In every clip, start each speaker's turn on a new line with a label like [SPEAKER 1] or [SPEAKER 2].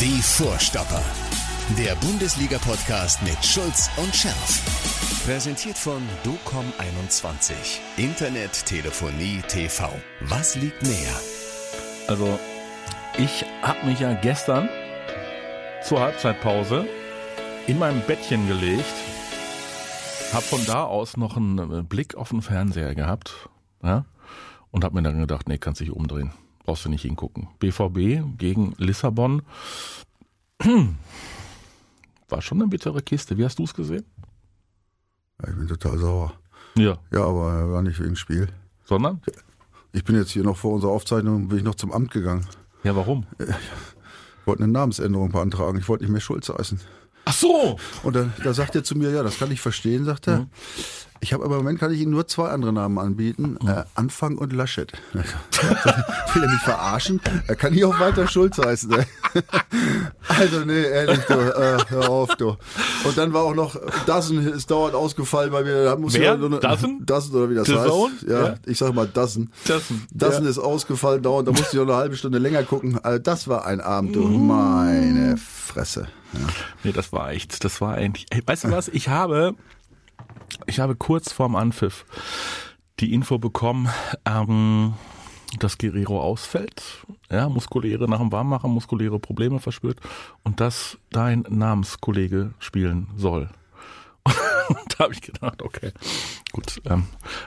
[SPEAKER 1] Die Vorstopper. Der Bundesliga-Podcast mit Schulz und Scherf. Präsentiert von DOCOM21. Internet, Telefonie, TV. Was liegt näher?
[SPEAKER 2] Also, ich habe mich ja gestern zur Halbzeitpause in meinem Bettchen gelegt. Hab von da aus noch einen äh, Blick auf den Fernseher gehabt. Ja, und hab mir dann gedacht, nee, kannst dich umdrehen. Brauchst du nicht hingucken. BVB gegen Lissabon. War schon eine bittere Kiste. Wie hast du es gesehen?
[SPEAKER 3] Ich bin total sauer.
[SPEAKER 2] Ja.
[SPEAKER 3] Ja, aber gar nicht wegen Spiel.
[SPEAKER 2] Sondern?
[SPEAKER 3] Ich bin jetzt hier noch vor unserer Aufzeichnung, bin ich noch zum Amt gegangen.
[SPEAKER 2] Ja, warum?
[SPEAKER 3] Ich wollte eine Namensänderung beantragen. Ich wollte nicht mehr Schulze heißen.
[SPEAKER 2] Ach so!
[SPEAKER 3] Und da, da sagt er zu mir, ja, das kann ich verstehen, sagt
[SPEAKER 2] Mhm.
[SPEAKER 3] er. Ich habe aber im Moment kann ich Ihnen nur zwei andere Namen anbieten:
[SPEAKER 2] Mhm.
[SPEAKER 3] äh, Anfang und Laschet. Will er mich verarschen? Er kann hier auch weiter Schulz heißen. ey. also nee, ehrlich, du, äh, hör auf, du. Und dann war auch noch Dassen ist dauernd ausgefallen bei mir. Da muss
[SPEAKER 2] Wer?
[SPEAKER 3] ich noch eine-
[SPEAKER 2] Dassen?
[SPEAKER 3] Dassen oder wie das
[SPEAKER 2] The
[SPEAKER 3] heißt?
[SPEAKER 2] Zone?
[SPEAKER 3] Ja,
[SPEAKER 2] Ja.
[SPEAKER 3] ich sag mal Dassen.
[SPEAKER 2] Dassen,
[SPEAKER 3] Dassen
[SPEAKER 2] ja.
[SPEAKER 3] ist ausgefallen dauernd. Da musste ich noch eine halbe Stunde länger gucken. Also, das war ein Abend, du.
[SPEAKER 2] Mhm.
[SPEAKER 3] Meine Fresse.
[SPEAKER 2] Nee, das war echt, das war eigentlich. Ey, weißt du was? Ich habe, ich habe kurz vorm Anpfiff die Info bekommen, ähm, dass Guerrero ausfällt. Ja, muskuläre nach dem Warmmachen, muskuläre Probleme verspürt und dass dein Namenskollege spielen soll. Und da habe ich gedacht, okay, gut, ähm,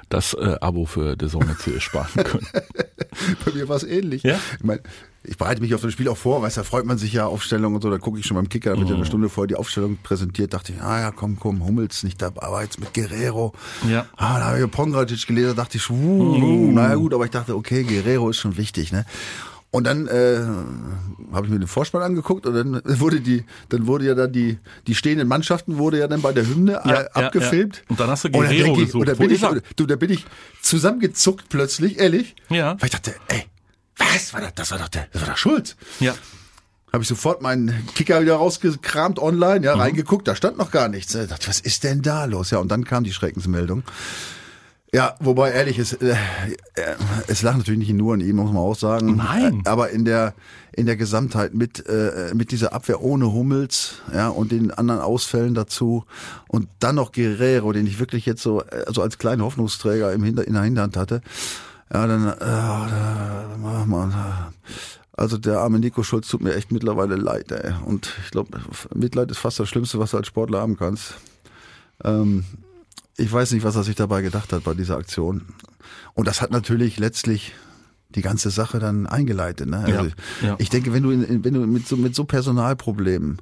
[SPEAKER 2] das äh, Abo für The Zone jetzt hier sparen können.
[SPEAKER 3] Bei mir war es ähnlich.
[SPEAKER 2] Ja?
[SPEAKER 3] Ich meine, ich bereite mich auf das Spiel auch vor, weißt du, da freut man sich ja Aufstellung und so, da gucke ich schon beim Kicker, da wird ja
[SPEAKER 2] Mhm.
[SPEAKER 3] eine Stunde vorher die Aufstellung präsentiert, dachte ich, ah ja, komm, komm, Hummels nicht dabei, aber jetzt mit Guerrero.
[SPEAKER 2] Ja. Mhm.
[SPEAKER 3] Ah, da habe ich Pongratic gelesen, dachte ich, uh, naja gut, aber ich dachte, okay, Guerrero ist schon wichtig, ne? Und dann äh, habe ich mir den Vorspann angeguckt und dann wurde die, dann wurde ja dann die, die stehenden Mannschaften wurde ja dann bei der Hymne
[SPEAKER 2] Ja,
[SPEAKER 3] äh,
[SPEAKER 2] ja,
[SPEAKER 3] abgefilmt.
[SPEAKER 2] ja. Und dann hast du
[SPEAKER 3] dann
[SPEAKER 2] Guerrero
[SPEAKER 3] denk ich,
[SPEAKER 2] gesucht.
[SPEAKER 3] Und da
[SPEAKER 2] Wo
[SPEAKER 3] bin,
[SPEAKER 2] ist
[SPEAKER 3] ich,
[SPEAKER 2] er?
[SPEAKER 3] du, da bin ich zusammengezuckt plötzlich, ehrlich.
[SPEAKER 2] Ja.
[SPEAKER 3] Weil ich dachte, ey, was war das? Das war doch der, das war doch Schulz.
[SPEAKER 2] Ja,
[SPEAKER 3] Habe ich sofort meinen Kicker wieder rausgekramt online, ja, reingeguckt, da stand noch gar nichts. Ich dachte, was ist denn da los? Ja, und dann kam die Schreckensmeldung. Ja, wobei ehrlich ist, äh, äh, es lag natürlich nicht nur an ihm, muss man auch sagen.
[SPEAKER 2] Nein.
[SPEAKER 3] Äh, Aber in der in der Gesamtheit mit äh, mit dieser Abwehr ohne Hummels, ja, und den anderen Ausfällen dazu und dann noch Guerrero, den ich wirklich jetzt so äh, so als kleinen Hoffnungsträger im Hinter in der Hinterhand hatte. Ja, dann äh, da, Mann. Also der arme Nico Schulz tut mir echt mittlerweile leid, ey. Und ich glaube, Mitleid ist fast das Schlimmste, was du als Sportler haben kannst. Ähm, ich weiß nicht, was er sich dabei gedacht hat bei dieser Aktion. Und das hat natürlich letztlich die ganze Sache dann eingeleitet. Ne? Also
[SPEAKER 2] Ja, ja.
[SPEAKER 3] Ich denke, wenn du, in, in, wenn du mit, so, mit so Personalproblemen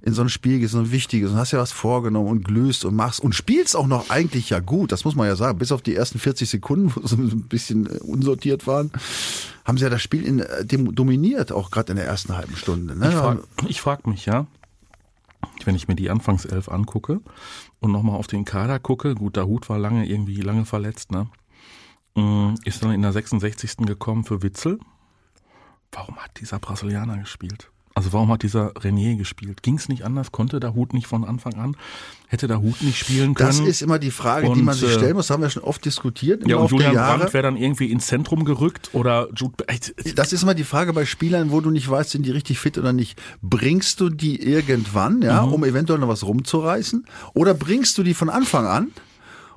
[SPEAKER 3] in so ein Spiel gehst, so ein wichtiges, und hast ja was vorgenommen und glühst und machst und spielst auch noch eigentlich ja gut, das muss man ja sagen, bis auf die ersten 40 Sekunden, wo sie ein bisschen äh, unsortiert waren, haben sie ja das Spiel in, äh, dem, dominiert, auch gerade in der ersten halben Stunde. Ne?
[SPEAKER 2] Ich frag, ich frag mich, ja, wenn ich mir die Anfangself angucke und nochmal auf den Kader gucke, gut, der Hut war lange irgendwie lange verletzt, ne? Mm, Ist dann in der 66. gekommen für Witzel. Warum hat dieser Brasilianer gespielt? Also warum hat dieser Renier gespielt? Ging es nicht anders? Konnte der Hut nicht von Anfang an? Hätte der Hut nicht spielen können?
[SPEAKER 3] Das ist immer die Frage, die
[SPEAKER 2] Und,
[SPEAKER 3] man sich
[SPEAKER 2] äh,
[SPEAKER 3] stellen muss. Das haben wir schon oft diskutiert im
[SPEAKER 2] ja, und
[SPEAKER 3] Laufe der
[SPEAKER 2] Julian
[SPEAKER 3] Jahre.
[SPEAKER 2] Brandt wäre dann irgendwie ins Zentrum gerückt oder Jude. Echt,
[SPEAKER 3] Das ist immer die Frage bei Spielern, wo du nicht weißt, sind die richtig fit oder nicht. Bringst du die irgendwann, ja,
[SPEAKER 2] Mhm.
[SPEAKER 3] um eventuell noch was rumzureißen? Oder bringst du die von Anfang an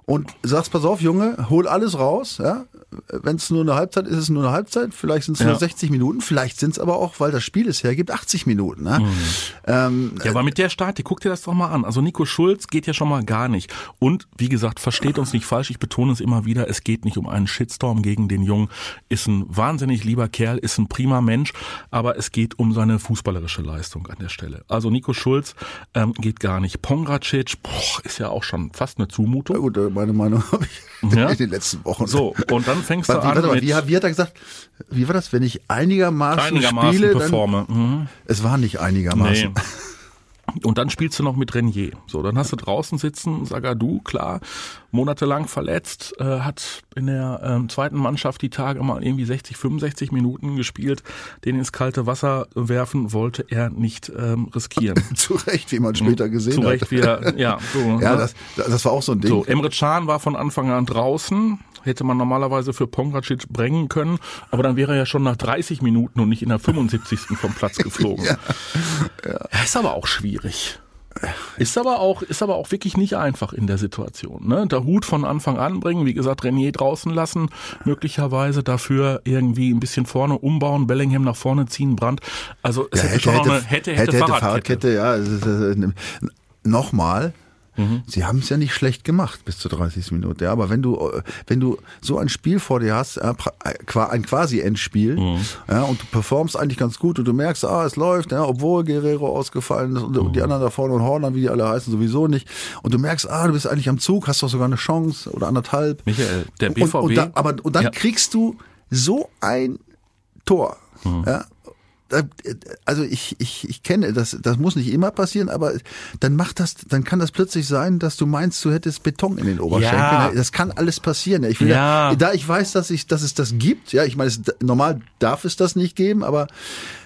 [SPEAKER 3] und sagst, pass auf, Junge, hol alles raus, ja? Wenn es nur eine Halbzeit ist, ist es nur eine Halbzeit, vielleicht sind es
[SPEAKER 2] Ja.
[SPEAKER 3] nur 60 Minuten, vielleicht sind es aber auch, weil das Spiel es hergibt, 80 Minuten. Ne?
[SPEAKER 2] Mhm.
[SPEAKER 3] Ähm,
[SPEAKER 2] Ja, aber mit der Statik, guck dir das doch mal an. Also Nico Schulz geht ja schon mal gar nicht. Und wie gesagt, versteht uns nicht falsch, ich betone es immer wieder, es geht nicht um einen Shitstorm gegen den Jungen. Ist ein wahnsinnig lieber Kerl, ist ein prima Mensch, aber es geht um seine fußballerische Leistung an der Stelle. Also Nico Schulz ähm, geht gar nicht. Pongracic, boah, ist ja auch schon fast eine
[SPEAKER 3] na
[SPEAKER 2] Zumutung.
[SPEAKER 3] gut, äh, meine Meinung habe ich
[SPEAKER 2] Mhm. Ja.
[SPEAKER 3] in den letzten Wochen.
[SPEAKER 2] So, und dann fängst du
[SPEAKER 3] Warte, warte
[SPEAKER 2] an
[SPEAKER 3] mal,
[SPEAKER 2] mit
[SPEAKER 3] wie, hat- wie hat er gesagt, wie war das, wenn ich einigermaßen,
[SPEAKER 2] einigermaßen
[SPEAKER 3] spiele, dann,
[SPEAKER 2] performe. Mhm.
[SPEAKER 3] es war nicht einigermaßen.
[SPEAKER 2] Nee. Und dann spielst du noch mit Renier. So, dann hast du draußen sitzen, Sagadu, klar, monatelang verletzt, äh, hat in der ähm, zweiten Mannschaft die Tage mal irgendwie 60, 65 Minuten gespielt. Den ins kalte Wasser werfen wollte er nicht ähm, riskieren.
[SPEAKER 3] Zu Recht, wie man später gesehen
[SPEAKER 2] Zu
[SPEAKER 3] hat.
[SPEAKER 2] Recht wieder, ja, so,
[SPEAKER 3] Ja,
[SPEAKER 2] ne?
[SPEAKER 3] das, das war auch so ein Ding.
[SPEAKER 2] So, Emre Can war von Anfang an draußen, hätte man normalerweise für Pongracic bringen können, aber dann wäre er ja schon nach 30 Minuten und nicht in der 75. vom Platz geflogen. ja. Ist aber auch schwierig. Ist aber auch, ist aber auch wirklich nicht einfach in der Situation. Ne? Der Hut von Anfang an bringen, wie gesagt, Renier draußen lassen, möglicherweise dafür irgendwie ein bisschen vorne umbauen, Bellingham nach vorne ziehen, Brand. Also es
[SPEAKER 3] Ja,
[SPEAKER 2] hätte, schon auch eine hätte, hätte, Fahrradkette.
[SPEAKER 3] Fahrradkette, ja. es ist, äh, Nochmal.
[SPEAKER 2] Mhm.
[SPEAKER 3] Sie haben es ja nicht schlecht gemacht bis zur 30. Minute, ja, aber wenn du äh, wenn du so ein Spiel vor dir hast, ja, pra- äh, qua- ein quasi Endspiel,
[SPEAKER 2] Mhm.
[SPEAKER 3] ja, und du performst eigentlich ganz gut und du merkst, ah, es läuft, ja, obwohl Guerrero ausgefallen ist und,
[SPEAKER 2] Mhm.
[SPEAKER 3] und die anderen da vorne und Horner, wie die alle heißen, sowieso nicht, und du merkst, ah, du bist eigentlich am Zug, hast doch sogar eine Chance oder anderthalb.
[SPEAKER 2] Michael, der
[SPEAKER 3] Und,
[SPEAKER 2] BVB
[SPEAKER 3] und, da, aber, und dann
[SPEAKER 2] Ja.
[SPEAKER 3] kriegst du so ein Tor.
[SPEAKER 2] Mhm.
[SPEAKER 3] Ja, da, also ich, ich, ich kenne, das, das muss nicht immer passieren, aber dann macht das, dann kann das plötzlich sein, dass du meinst, du hättest Beton in den Oberschenkeln.
[SPEAKER 2] Ja.
[SPEAKER 3] Das kann alles passieren. Ich will
[SPEAKER 2] Ja.
[SPEAKER 3] da, da ich weiß, dass ich, dass es das gibt, ja, ich meine, es, normal darf es das nicht geben, aber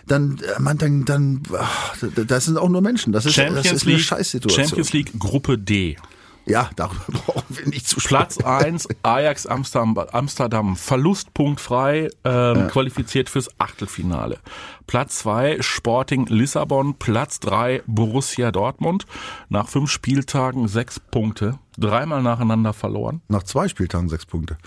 [SPEAKER 3] dann, äh, man, dann, dann, ach, das sind auch nur Menschen. Das ist, das ist eine Scheißsituation.
[SPEAKER 2] Champions League Gruppe D.
[SPEAKER 3] Ja, darüber brauchen wir nicht zu
[SPEAKER 2] Platz
[SPEAKER 3] sprechen.
[SPEAKER 2] 1, Ajax Amsterdam, Amsterdam verlustpunktfrei, ähm, qualifiziert fürs Achtelfinale. Platz 2, Sporting Lissabon, Platz 3, Borussia Dortmund. Nach fünf Spieltagen sechs Punkte, dreimal nacheinander verloren.
[SPEAKER 3] Nach zwei Spieltagen sechs Punkte.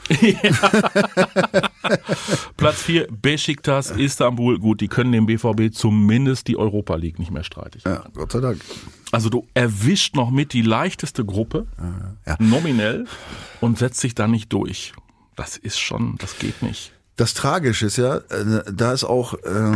[SPEAKER 2] Platz 4, Besiktas Istanbul. Gut, die können dem BVB zumindest die Europa League nicht mehr streitig.
[SPEAKER 3] Ja, Gott sei Dank.
[SPEAKER 2] Also du erwischt noch mit die leichteste Gruppe,
[SPEAKER 3] Ja.
[SPEAKER 2] nominell, und setzt sich da nicht durch. Das ist schon, das geht nicht.
[SPEAKER 3] Das Tragische ist ja, äh, da es auch äh,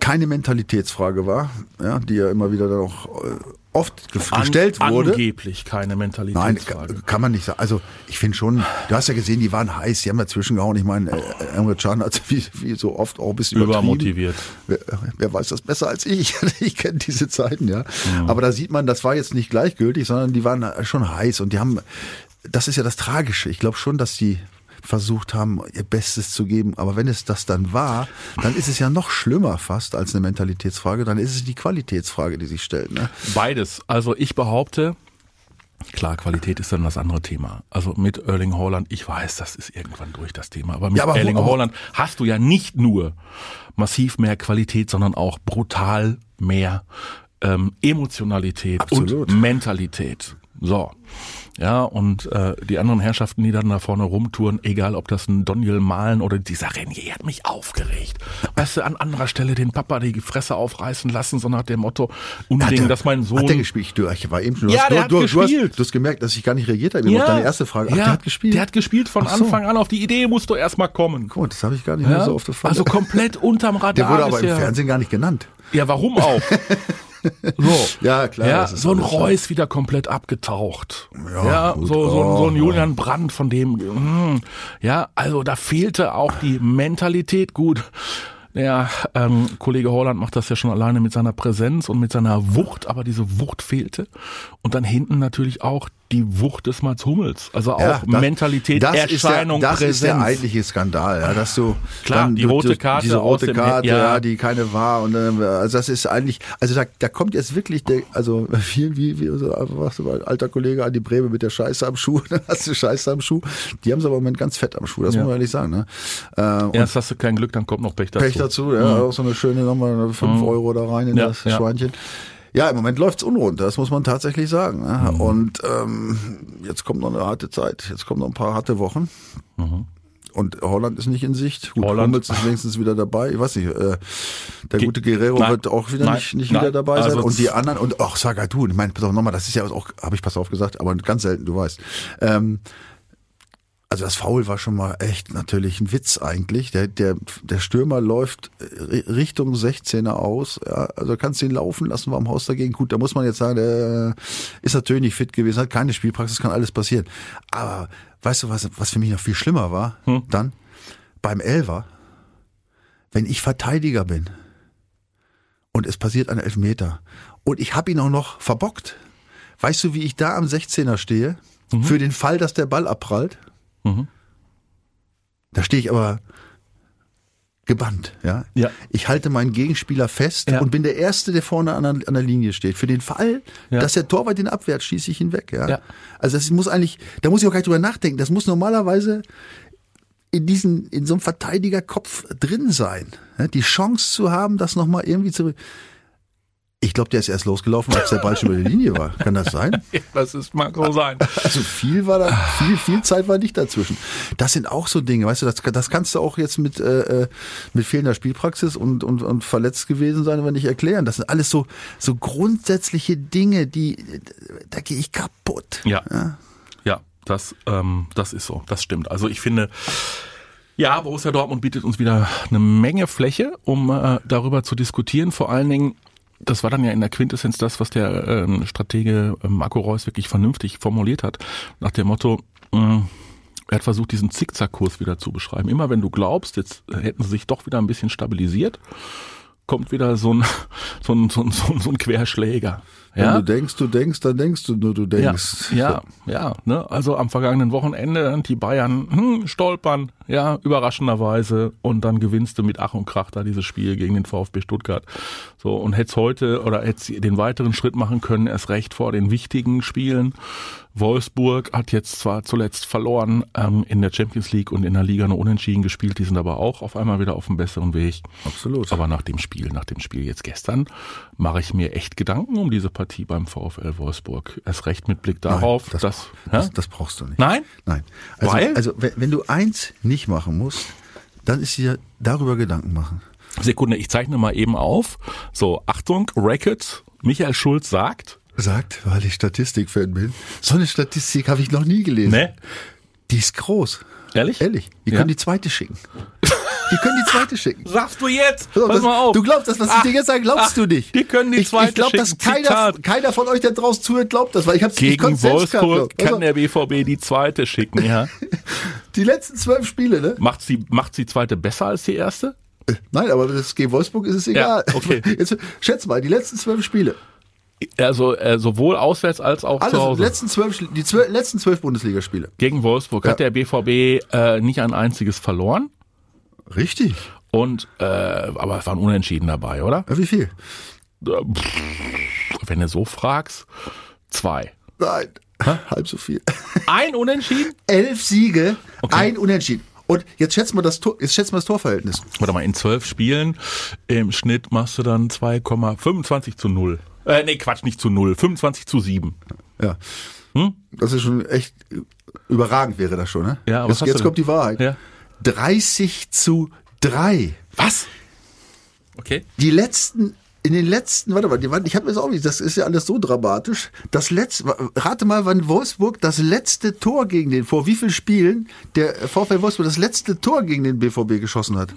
[SPEAKER 3] keine Mentalitätsfrage war, ja, die ja immer wieder dann auch äh, oft gef- gestellt
[SPEAKER 2] An,
[SPEAKER 3] wurde.
[SPEAKER 2] Angeblich keine
[SPEAKER 3] Nein,
[SPEAKER 2] Mentalitätsfrage.
[SPEAKER 3] ka- kann man nicht sagen. Also ich finde schon, du hast ja gesehen, die waren heiß, die haben dazwischen gehauen. Ich meine, äh, Emre Can hat wie, wie so oft auch ein bisschen übertrieben.
[SPEAKER 2] Übermotiviert.
[SPEAKER 3] Wer, wer weiß das besser als ich? Ich kenne diese Zeiten, ja. Aber da sieht man, das war jetzt nicht gleichgültig, sondern die waren schon heiß und die haben, das ist ja das Tragische. Ich glaube schon, dass die versucht haben, ihr Bestes zu geben. Aber wenn es das dann war, dann ist es ja noch schlimmer fast als eine Mentalitätsfrage. Dann ist es die Qualitätsfrage, die sich stellt. Ne?
[SPEAKER 2] Beides. Also ich behaupte, klar, Qualität ist dann das andere Thema. Also mit Erling Haaland, ich weiß, das ist irgendwann durch das Thema, aber mit
[SPEAKER 3] Ja, aber wo-
[SPEAKER 2] Erling
[SPEAKER 3] aber-
[SPEAKER 2] Haaland hast du ja nicht nur massiv mehr Qualität, sondern auch brutal mehr ähm, Emotionalität
[SPEAKER 3] Absolut.
[SPEAKER 2] und Mentalität. So. Ja, und äh, die anderen Herrschaften, die dann da vorne rumtouren, egal ob das ein Daniel Malen oder dieser Renier hat mich aufgeregt. Weißt du, an anderer Stelle den Papa die Fresse aufreißen lassen, so nach dem Motto, unbedingt, dass mein Sohn.
[SPEAKER 3] Hat der gespielt? Du, ich war eben schon. du
[SPEAKER 2] Ja,
[SPEAKER 3] hast-
[SPEAKER 2] der
[SPEAKER 3] du,
[SPEAKER 2] hat
[SPEAKER 3] du, Du
[SPEAKER 2] gespielt.
[SPEAKER 3] hast, du hast gemerkt, dass ich gar nicht reagiert habe. Ja. Auf deine erste Frage. Ach,
[SPEAKER 2] ja,
[SPEAKER 3] der hat gespielt.
[SPEAKER 2] Der hat gespielt von
[SPEAKER 3] Ach so.
[SPEAKER 2] Anfang an. Auf die Idee musst du erstmal kommen.
[SPEAKER 3] Gut, das habe ich gar nicht
[SPEAKER 2] Ja?
[SPEAKER 3] mehr so auf der Frage.
[SPEAKER 2] also komplett unterm Radar.
[SPEAKER 3] der wurde aber im
[SPEAKER 2] bisher.
[SPEAKER 3] Fernsehen gar nicht genannt.
[SPEAKER 2] Ja, warum auch? So.
[SPEAKER 3] Ja, klar,
[SPEAKER 2] Ja,
[SPEAKER 3] das ist
[SPEAKER 2] so ein
[SPEAKER 3] alles klar.
[SPEAKER 2] Reus wieder komplett abgetaucht. Ja, so,
[SPEAKER 3] gut,
[SPEAKER 2] so,
[SPEAKER 3] oh,
[SPEAKER 2] ein-
[SPEAKER 3] ja,
[SPEAKER 2] so ein Julian Brandt von dem. mm, Ja, also da fehlte auch die Mentalität. Gut, ja, ähm, Kollege Holland macht das ja schon alleine mit seiner Präsenz und mit seiner Wucht, aber diese Wucht fehlte. Und dann hinten natürlich auch die Wucht des Mats Hummels. Also auch
[SPEAKER 3] Ja, das-
[SPEAKER 2] Mentalität,
[SPEAKER 3] das
[SPEAKER 2] Erscheinung,
[SPEAKER 3] ist der, Das
[SPEAKER 2] Präsenz.
[SPEAKER 3] ist der eigentliche Skandal, ja, dass du
[SPEAKER 2] Klar, die rote Karte
[SPEAKER 3] diese
[SPEAKER 2] aus
[SPEAKER 3] rote
[SPEAKER 2] dem-
[SPEAKER 3] Karte,
[SPEAKER 2] ja.
[SPEAKER 3] ja. die keine war und dann, also das ist eigentlich, also da, da kommt jetzt wirklich, der, also viel wie, also wie unser was, mein alter Kollege Andi Breme mit der Scheiße am Schuh, dann hast du Scheiße am Schuh, die haben sie aber im Moment ganz fett am Schuh, das muss man ehrlich sagen, ne? Äh, und
[SPEAKER 2] Erst hast du kein Glück, dann kommt noch Pech dazu. Mhm.
[SPEAKER 3] Pech dazu, ja, auch so eine schöne nochmal 5 Euro da rein in
[SPEAKER 2] Ja,
[SPEAKER 3] das
[SPEAKER 2] ja.
[SPEAKER 3] Schweinchen. Ja, im Moment läuft's unrund, das muss man tatsächlich sagen. Ne?
[SPEAKER 2] Mhm.
[SPEAKER 3] Und ähm, jetzt kommt noch eine harte Zeit, jetzt kommen noch ein paar harte Wochen. Und Holland ist nicht in Sicht. Gut,
[SPEAKER 2] Mhm. Holland-
[SPEAKER 3] Hummels ist wenigstens wieder dabei. Ich weiß nicht, äh, der
[SPEAKER 2] Ge-
[SPEAKER 3] gute Guerrero
[SPEAKER 2] Nein.
[SPEAKER 3] wird auch wieder
[SPEAKER 2] Nein.
[SPEAKER 3] nicht, nicht
[SPEAKER 2] Nein.
[SPEAKER 3] wieder dabei sein.
[SPEAKER 2] Also
[SPEAKER 3] und die
[SPEAKER 2] z-
[SPEAKER 3] anderen, und auch Sagadu, ich meine, pass auf nochmal, das ist ja auch, habe ich pass auf gesagt, aber ganz selten, du weißt. Ähm, also das Foul war schon mal echt natürlich ein Witz eigentlich. Der, der, der Stürmer läuft äh, Richtung 16er aus. Ja, also kannst du ihn laufen lassen, war am Haus dagegen. Gut, da muss man jetzt sagen, der ist natürlich nicht fit gewesen, hat keine Spielpraxis, kann alles passieren. Aber weißt du, was, was für mich noch viel schlimmer war?
[SPEAKER 2] Hm.
[SPEAKER 3] Dann beim Elfer, wenn ich Verteidiger bin und es passiert ein Elfmeter und ich habe ihn auch noch verbockt. Weißt du, wie ich da am 16er stehe? Für den Fall, dass der Ball abprallt? Da stehe ich aber gebannt. Ja?
[SPEAKER 2] Ja.
[SPEAKER 3] Ich halte meinen Gegenspieler fest
[SPEAKER 2] Ja.
[SPEAKER 3] und bin der Erste, der vorne an der, an der Linie steht. Für den Fall,
[SPEAKER 2] Ja.
[SPEAKER 3] dass der Torwart den abwehrt, schieße ich ihn weg. Ja?
[SPEAKER 2] Ja.
[SPEAKER 3] Also das muss eigentlich, da muss ich auch gar nicht drüber nachdenken. Das muss normalerweise in diesen, in so einem Verteidigerkopf drin sein. Ne? Die Chance zu haben, das nochmal irgendwie zu. Ich glaube, der ist erst losgelaufen, als der Ball schon über der Linie war. Kann das sein?
[SPEAKER 2] Das ist mag so sein.
[SPEAKER 3] Also viel war da, viel, viel Zeit war nicht dazwischen. Das sind auch so Dinge, weißt du, das, das kannst du auch jetzt mit, äh, äh, mit fehlender Spielpraxis und, und, und verletzt gewesen sein, aber nicht erklären. Das sind alles so, so grundsätzliche Dinge, die, da gehe ich kaputt.
[SPEAKER 2] Ja. Ja, das, ähm, das ist so. Das stimmt. Also ich finde, ja, Borussia Dortmund bietet uns wieder eine Menge Fläche, um äh, darüber zu diskutieren. Vor allen Dingen, das war dann ja in der Quintessenz das, was der ähm, Stratege ähm, Marco Reus wirklich vernünftig formuliert hat. Nach dem Motto, mh, er hat versucht, diesen Zickzackkurs wieder zu beschreiben. Immer wenn du glaubst, jetzt äh, hätten sie sich doch wieder ein bisschen stabilisiert, kommt wieder so ein, so ein, so ein, so ein, so ein Querschläger. Ja?
[SPEAKER 3] Wenn du denkst, du denkst, dann denkst du nur, du denkst.
[SPEAKER 2] Ja, ja, ja ne? also am vergangenen Wochenende dann die Bayern hm, stolpern, ja, überraschenderweise und dann gewinnst du mit Ach und Krach da dieses Spiel gegen den VfB Stuttgart. So und hätt's heute oder hätt's den weiteren Schritt machen können, erst recht vor den wichtigen Spielen. Wolfsburg hat jetzt zwar zuletzt verloren ähm, in der Champions League und in der Liga nur unentschieden gespielt, die sind aber auch auf einmal wieder auf einem besseren Weg.
[SPEAKER 3] Absolut.
[SPEAKER 2] Aber nach dem Spiel, nach dem Spiel jetzt gestern, mache ich mir echt Gedanken um diese Partie beim VfL Wolfsburg. Erst recht mit Blick darauf,
[SPEAKER 3] das-
[SPEAKER 2] dass.
[SPEAKER 3] Das,
[SPEAKER 2] hä?
[SPEAKER 3] das brauchst du nicht.
[SPEAKER 2] Nein?
[SPEAKER 3] Nein. Also,
[SPEAKER 2] Weil?
[SPEAKER 3] also wenn, wenn du eins nicht machen musst, dann ist dir darüber Gedanken machen.
[SPEAKER 2] Sekunde, ich zeichne mal eben auf. So, Achtung, Racket. Michael Schulz sagt.
[SPEAKER 3] Sagt, weil ich Statistikfan bin. So eine Statistik habe ich noch nie gelesen.
[SPEAKER 2] Ne?
[SPEAKER 3] Die ist groß.
[SPEAKER 2] Ehrlich?
[SPEAKER 3] Ehrlich. Die
[SPEAKER 2] Ja.
[SPEAKER 3] können die zweite schicken. Die können die zweite schicken.
[SPEAKER 2] Sagst du jetzt?
[SPEAKER 3] Pass auf,
[SPEAKER 2] Pass
[SPEAKER 3] das,
[SPEAKER 2] mal auf.
[SPEAKER 3] Du glaubst das, was ich dir jetzt sage, glaubst
[SPEAKER 2] ach,
[SPEAKER 3] du nicht.
[SPEAKER 2] die können die
[SPEAKER 3] ich,
[SPEAKER 2] zweite
[SPEAKER 3] Ich glaube, dass
[SPEAKER 2] schicken.
[SPEAKER 3] keiner,
[SPEAKER 2] Zitat.
[SPEAKER 3] keiner von euch, der draußen zuhört, glaubt das, weil ich hab's ich
[SPEAKER 2] Gegen
[SPEAKER 3] konnt's selbst gar nicht
[SPEAKER 2] Wolfsburg
[SPEAKER 3] glauben.
[SPEAKER 2] kann der BVB die zweite schicken, ja.
[SPEAKER 3] Also, Die letzten zwölf Spiele, ne?
[SPEAKER 2] Macht sie, macht sie zweite besser als die erste?
[SPEAKER 3] Nein, aber das gegen Wolfsburg ist es egal.
[SPEAKER 2] okay.
[SPEAKER 3] Jetzt, schätz mal, die letzten zwölf Spiele.
[SPEAKER 2] Also, äh, sowohl auswärts als auch
[SPEAKER 3] Alles,
[SPEAKER 2] zu Hause.
[SPEAKER 3] die letzten zwölf, Schli- die zwölf, letzten zwölf Bundesligaspiele.
[SPEAKER 2] Gegen Wolfsburg hat der BVB äh, nicht ein einziges verloren.
[SPEAKER 3] Richtig.
[SPEAKER 2] Und äh, aber es waren Unentschieden dabei, oder?
[SPEAKER 3] Ja, Wie viel?
[SPEAKER 2] Äh, pff, Wenn du so fragst, zwei.
[SPEAKER 3] Nein. Halb so viel.
[SPEAKER 2] Ein Unentschieden?
[SPEAKER 3] Elf Siege, ein Unentschieden. Und jetzt schätzt mal das Tor, jetzt schätzt mal das Torverhältnis.
[SPEAKER 2] Warte mal, in zwölf Spielen im Schnitt machst du dann 2,25 zu 0. Äh, nee, Quatsch, nicht zu 0, 25 zu 7.
[SPEAKER 3] Ja.
[SPEAKER 2] Hm?
[SPEAKER 3] Das ist schon echt überragend wäre das schon, ne?
[SPEAKER 2] Ja, aber was hast
[SPEAKER 3] jetzt
[SPEAKER 2] du
[SPEAKER 3] jetzt
[SPEAKER 2] denn?
[SPEAKER 3] kommt die Wahrheit.
[SPEAKER 2] Ja.
[SPEAKER 3] 30 zu 3.
[SPEAKER 2] Was? Okay.
[SPEAKER 3] Die letzten in den letzten, warte mal, die waren, ich habe mir das auch nicht, das ist ja alles so dramatisch. Das letzte, rate mal, wann Wolfsburg das letzte Tor gegen den, vor wie vielen Spielen der VfL Wolfsburg das letzte Tor gegen den BVB geschossen hat?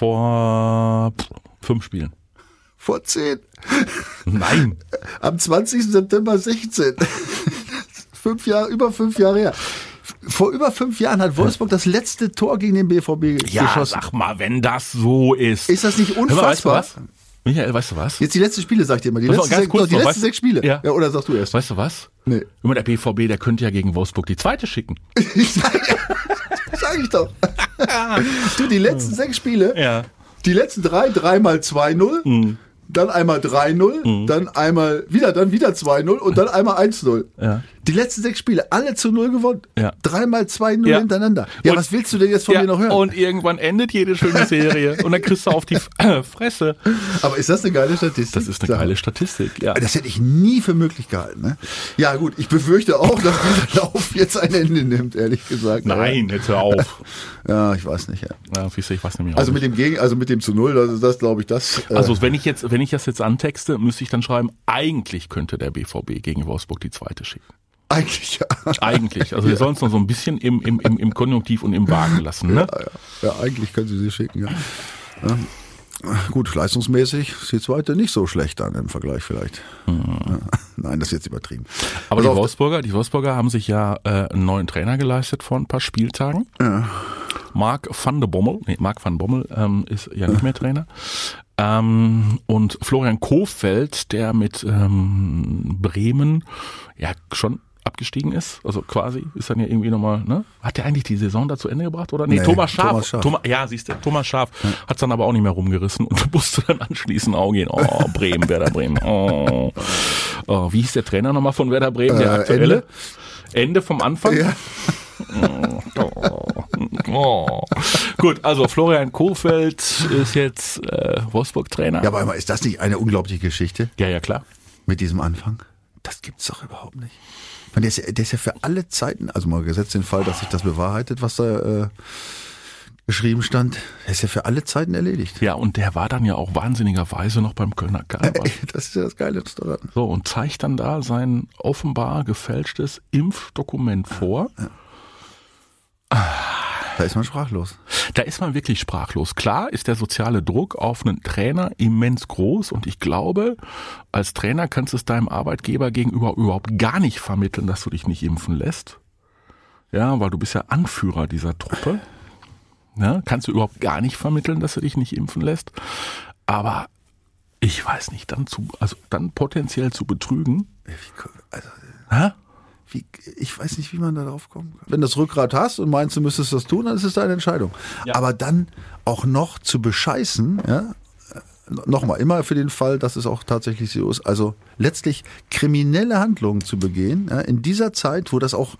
[SPEAKER 2] Vor pff, fünf Spielen.
[SPEAKER 3] Vor 10.
[SPEAKER 2] Nein.
[SPEAKER 3] Am 20. September 16. fünf Jahre, über fünf Jahre her. Vor über fünf Jahren hat Wolfsburg das letzte Tor gegen den BVB
[SPEAKER 2] Ja,
[SPEAKER 3] geschossen.
[SPEAKER 2] sag mal, wenn das so ist.
[SPEAKER 3] Ist das nicht
[SPEAKER 2] Hör mal, weißt du
[SPEAKER 3] unfassbar?
[SPEAKER 2] was? Michael, weißt du was?
[SPEAKER 3] Jetzt die letzten Spiele, sag ich dir immer. Die
[SPEAKER 2] Pass auf, ganz
[SPEAKER 3] letzten, sechs,
[SPEAKER 2] kurz
[SPEAKER 3] doch, die
[SPEAKER 2] noch,
[SPEAKER 3] letzten
[SPEAKER 2] weißt-
[SPEAKER 3] sechs Spiele.
[SPEAKER 2] Ja.
[SPEAKER 3] oder sagst du erst?
[SPEAKER 2] Weißt du was?
[SPEAKER 3] Nee.
[SPEAKER 2] Immer der BVB, der könnte ja gegen Wolfsburg die zweite schicken.
[SPEAKER 3] Sag ich doch. du, die letzten sechs Spiele,
[SPEAKER 2] Ja.
[SPEAKER 3] die letzten drei, dreimal 2-0,
[SPEAKER 2] Mhm.
[SPEAKER 3] dann einmal 3-0, dann einmal wieder, dann wieder 2-0 und dann einmal 1-0.
[SPEAKER 2] Ja.
[SPEAKER 3] Die letzten sechs Spiele, alle zu 0 gewonnen.
[SPEAKER 2] Ja.
[SPEAKER 3] Dreimal 2-0
[SPEAKER 2] Ja.
[SPEAKER 3] hintereinander. Ja,
[SPEAKER 2] Und-
[SPEAKER 3] was willst du denn jetzt von mir noch hören?
[SPEAKER 2] Und irgendwann endet jede schöne Serie und dann kriegst du auf die F- äh, Fresse.
[SPEAKER 3] Aber ist das eine geile Statistik?
[SPEAKER 2] Das ist eine
[SPEAKER 3] Sag mal.
[SPEAKER 2] geile Statistik. Ja.
[SPEAKER 3] Das hätte ich nie für möglich gehalten. Ne? Ja gut, ich befürchte auch, dass dieser Lauf jetzt ein Ende nimmt, ehrlich gesagt.
[SPEAKER 2] Nein, jetzt hör auf.
[SPEAKER 3] Ja, ich weiß nicht. Ja.
[SPEAKER 2] Ja, siehst du, ich weiß nämlich auch
[SPEAKER 3] Also
[SPEAKER 2] nicht.
[SPEAKER 3] mit dem Gegen, also mit dem zu Null, das, ist das glaube ich, das. Äh,
[SPEAKER 2] Also wenn ich jetzt, wenn ich das jetzt antexte, müsste ich dann schreiben, eigentlich könnte der BVB gegen Wolfsburg die zweite schicken.
[SPEAKER 3] eigentlich ja.
[SPEAKER 2] Eigentlich. Also wir sollen es noch so ein bisschen im, im, im, im Konjunktiv und im Wagen lassen. Ne?
[SPEAKER 3] Ja, eigentlich können sie sie schicken, ja. ja. Gut, leistungsmäßig sieht es heute nicht so schlecht an im Vergleich vielleicht. Ja. Nein, das ist jetzt übertrieben.
[SPEAKER 2] Hm.
[SPEAKER 3] Also,
[SPEAKER 2] Aber die
[SPEAKER 3] Pass auf,
[SPEAKER 2] Wolfsburger, die Wolfsburger haben sich ja äh, einen neuen Trainer geleistet vor ein paar Spieltagen. Marc van de Bommel, nee, Marc van Bommel ähm, ist ja nicht mehr Trainer. Ähm, und Florian Kofeld, der mit ähm, Bremen ja schon abgestiegen ist, also quasi, ist dann ja irgendwie nochmal, ne? Hat der eigentlich die Saison da zu Ende gebracht oder? Nee,
[SPEAKER 3] Nee,
[SPEAKER 2] Thomas Schaf.
[SPEAKER 3] Thomas Schaaf.
[SPEAKER 2] Thoma- ja, siehst du, Thomas Schaf hat's dann aber auch nicht mehr rumgerissen und musste dann anschließend auch gehen. Oh, Bremen, Werder Bremen. Oh. oh wie hieß der Trainer nochmal von Werder Bremen, der
[SPEAKER 3] Äh,
[SPEAKER 2] aktuelle? Ende? vom Anfang?
[SPEAKER 3] Ja.
[SPEAKER 2] Oh. Oh. Gut, also Florian Kofeld ist jetzt äh, Wolfsburg-Trainer.
[SPEAKER 3] Ja, aber einmal, ist das nicht eine unglaubliche Geschichte
[SPEAKER 2] ja, ja, klar.
[SPEAKER 3] mit diesem Anfang? Das gibt's doch überhaupt nicht. Ich meine, der, ist, ja- der ist ja für alle Zeiten, also mal gesetzt den Fall, dass sich das bewahrheitet, was da äh, geschrieben stand, der ist ja für alle Zeiten erledigt.
[SPEAKER 2] Ja, und der war dann ja auch wahnsinnigerweise noch beim Kölner Karneval.
[SPEAKER 3] Das ist ja das Geile daran.
[SPEAKER 2] So, und zeigt dann da sein offenbar gefälschtes Impfdokument vor.
[SPEAKER 3] Da ist man sprachlos.
[SPEAKER 2] Da ist man wirklich sprachlos. Klar ist der soziale Druck auf einen Trainer immens groß und ich glaube, als Trainer kannst du es deinem Arbeitgeber gegenüber überhaupt gar nicht vermitteln, dass du dich nicht impfen lässt. Ja, weil du bist ja Anführer dieser Truppe. Ja, kannst du überhaupt gar nicht vermitteln, dass du dich nicht impfen lässt. Aber ich weiß nicht, dann zu, also dann potenziell zu betrügen.
[SPEAKER 3] Wie, also,
[SPEAKER 2] Hä?
[SPEAKER 3] wie, ich weiß nicht, wie man da drauf kommen kann. Wenn du das Rückgrat hast und meinst, du müsstest das tun, dann ist es deine Entscheidung. Aber dann auch noch zu bescheißen, ja, nochmal, immer für den Fall, dass es auch tatsächlich so ist, also letztlich kriminelle Handlungen zu begehen, ja, in dieser Zeit, wo das auch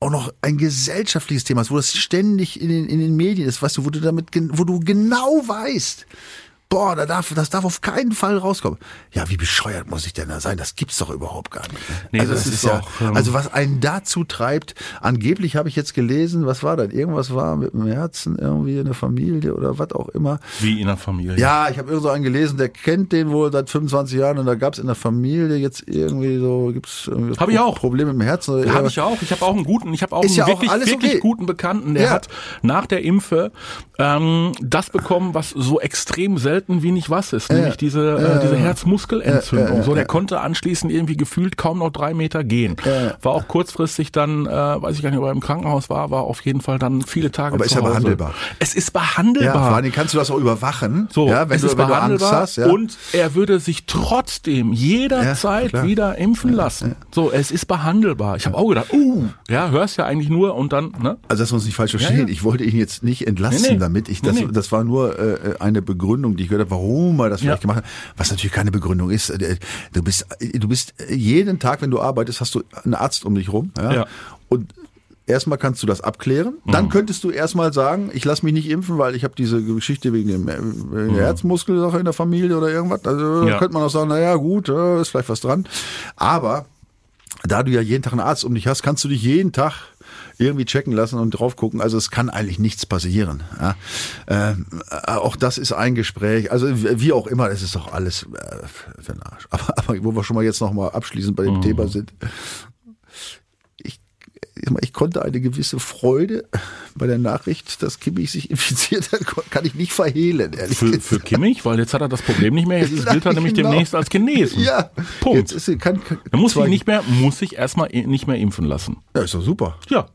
[SPEAKER 3] auch noch ein gesellschaftliches Thema ist, wo das ständig in den, in den Medien ist, weißt du, wo du damit, gen- wo du genau weißt, boah, da darf, das darf auf keinen Fall rauskommen. Ja, wie bescheuert muss ich denn da sein? Das gibt's doch überhaupt gar nicht.
[SPEAKER 2] Nee,
[SPEAKER 3] also
[SPEAKER 2] das
[SPEAKER 3] das,
[SPEAKER 2] ist
[SPEAKER 3] ist, ja,
[SPEAKER 2] auch, ähm,
[SPEAKER 3] also was einen dazu treibt, angeblich habe ich jetzt gelesen, was war das? Irgendwas war mit dem Herzen irgendwie in der Familie oder was auch immer.
[SPEAKER 2] Wie in der Familie.
[SPEAKER 3] Ja, ich habe irgend so einen gelesen, der kennt den wohl seit 25 Jahren und da gab's in der Familie jetzt irgendwie so, gibt's irgendwie
[SPEAKER 2] Hab ich auch.
[SPEAKER 3] Probleme mit dem Herzen. oder
[SPEAKER 2] Habe
[SPEAKER 3] irgendwas.
[SPEAKER 2] ich auch. Ich habe auch einen guten, ich habe auch
[SPEAKER 3] Ist
[SPEAKER 2] einen
[SPEAKER 3] ja auch
[SPEAKER 2] wirklich,
[SPEAKER 3] alles
[SPEAKER 2] wirklich
[SPEAKER 3] okay.
[SPEAKER 2] guten Bekannten, der
[SPEAKER 3] Ja.
[SPEAKER 2] hat nach der Impfe ähm, das bekommen, was so extrem selten wie nicht was ist, nämlich diese, äh, diese Herzmuskelentzündung. so, der konnte anschließend irgendwie gefühlt kaum noch drei Meter gehen. War auch kurzfristig dann, äh, weiß ich gar nicht, ob er im Krankenhaus war, war auf jeden Fall dann viele Tage
[SPEAKER 3] Aber
[SPEAKER 2] zu
[SPEAKER 3] ist ja
[SPEAKER 2] Hause.
[SPEAKER 3] behandelbar.
[SPEAKER 2] Es ist
[SPEAKER 3] Ja, vor allen
[SPEAKER 2] behandelbar.
[SPEAKER 3] Dingen kannst du das auch überwachen.
[SPEAKER 2] so,
[SPEAKER 3] ja, wenn
[SPEAKER 2] es
[SPEAKER 3] du,
[SPEAKER 2] ist
[SPEAKER 3] wenn du Angst
[SPEAKER 2] behandelbar
[SPEAKER 3] hast. Ja.
[SPEAKER 2] und er würde sich trotzdem jederzeit
[SPEAKER 3] klar.
[SPEAKER 2] wieder impfen lassen. So, es ist behandelbar. Ich habe auch gedacht, uh, ja, hörst ja eigentlich nur und dann, ne?
[SPEAKER 3] Also dass wir uns nicht falsch verstehen,
[SPEAKER 2] Ja, ja.
[SPEAKER 3] ich wollte ihn jetzt nicht entlasten
[SPEAKER 2] Nee, nee.
[SPEAKER 3] damit. Ich,
[SPEAKER 2] Nee,
[SPEAKER 3] das,
[SPEAKER 2] nee.
[SPEAKER 3] das war nur äh, eine Begründung, die ich gehört habe, warum er das vielleicht
[SPEAKER 2] Ja.
[SPEAKER 3] gemacht hat. Was natürlich keine Begründung ist. Äh, Du bist, äh, du bist äh, jeden Tag, wenn du arbeitest, hast du einen Arzt um dich rum. Ja?
[SPEAKER 2] Ja. Mhm.
[SPEAKER 3] Und erstmal kannst du das abklären. Dann könntest du erstmal sagen, ich lasse mich nicht impfen, weil ich habe diese Geschichte wegen, dem, äh, wegen der Herzmuskelsache in der Familie oder irgendwas. Also
[SPEAKER 2] Mhm. Ja.
[SPEAKER 3] könnte man auch sagen, naja gut, äh, ist vielleicht was dran. Aber da du ja jeden Tag einen Arzt um dich hast, kannst du dich jeden Tag irgendwie checken lassen und drauf gucken. Also es kann eigentlich nichts passieren. Ja. Ähm, äh, auch das ist ein Gespräch. Also wie wie auch immer, es ist doch alles äh, für den Arsch. Aber, aber wo wir schon mal jetzt nochmal abschließend bei dem
[SPEAKER 2] Mhm.
[SPEAKER 3] Thema sind. Ich, ich konnte eine gewisse Freude bei der Nachricht, dass Kimmich sich infiziert hat, kann ich nicht verhehlen, ehrlich
[SPEAKER 2] Für,
[SPEAKER 3] gesagt.
[SPEAKER 2] für Kimmich, weil jetzt hat er das Problem nicht mehr. Jetzt ist- gilt er nämlich
[SPEAKER 3] Genau.
[SPEAKER 2] demnächst als genesen.
[SPEAKER 3] Ja,
[SPEAKER 2] Punkt.
[SPEAKER 3] Jetzt ist, sie- kann, kann,
[SPEAKER 2] er muss sich
[SPEAKER 3] zwei-
[SPEAKER 2] nicht mehr, muss sich erstmal i- nicht mehr impfen lassen.
[SPEAKER 3] Ja, ist doch super.
[SPEAKER 2] Ja.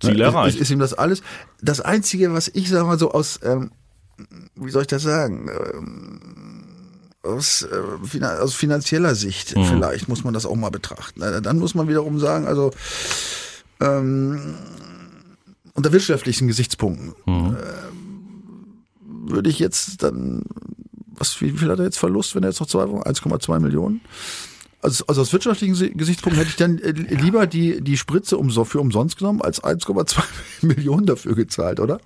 [SPEAKER 2] Ziel
[SPEAKER 3] Ja,
[SPEAKER 2] erreicht.
[SPEAKER 3] Ist, ist ihm das alles? Das Einzige, was ich sag mal so aus, ähm, wie soll ich das sagen? Ähm, aus, äh, finan aus finanzieller Sicht
[SPEAKER 2] Hm.
[SPEAKER 3] vielleicht muss man das auch mal betrachten. Äh, Dann muss man wiederum sagen, also ähm, unter wirtschaftlichen Gesichtspunkten
[SPEAKER 2] Hm.
[SPEAKER 3] ähm, würde ich jetzt dann, was wie viel hat er jetzt Verlust, wenn er jetzt noch zwei Wochen, 1,2 Millionen? Also, also aus wirtschaftlichen Se- Gesichtspunkten hätte ich dann äh, lieber die, die Spritze umso, für umsonst genommen, als 1,2 Millionen dafür gezahlt, oder?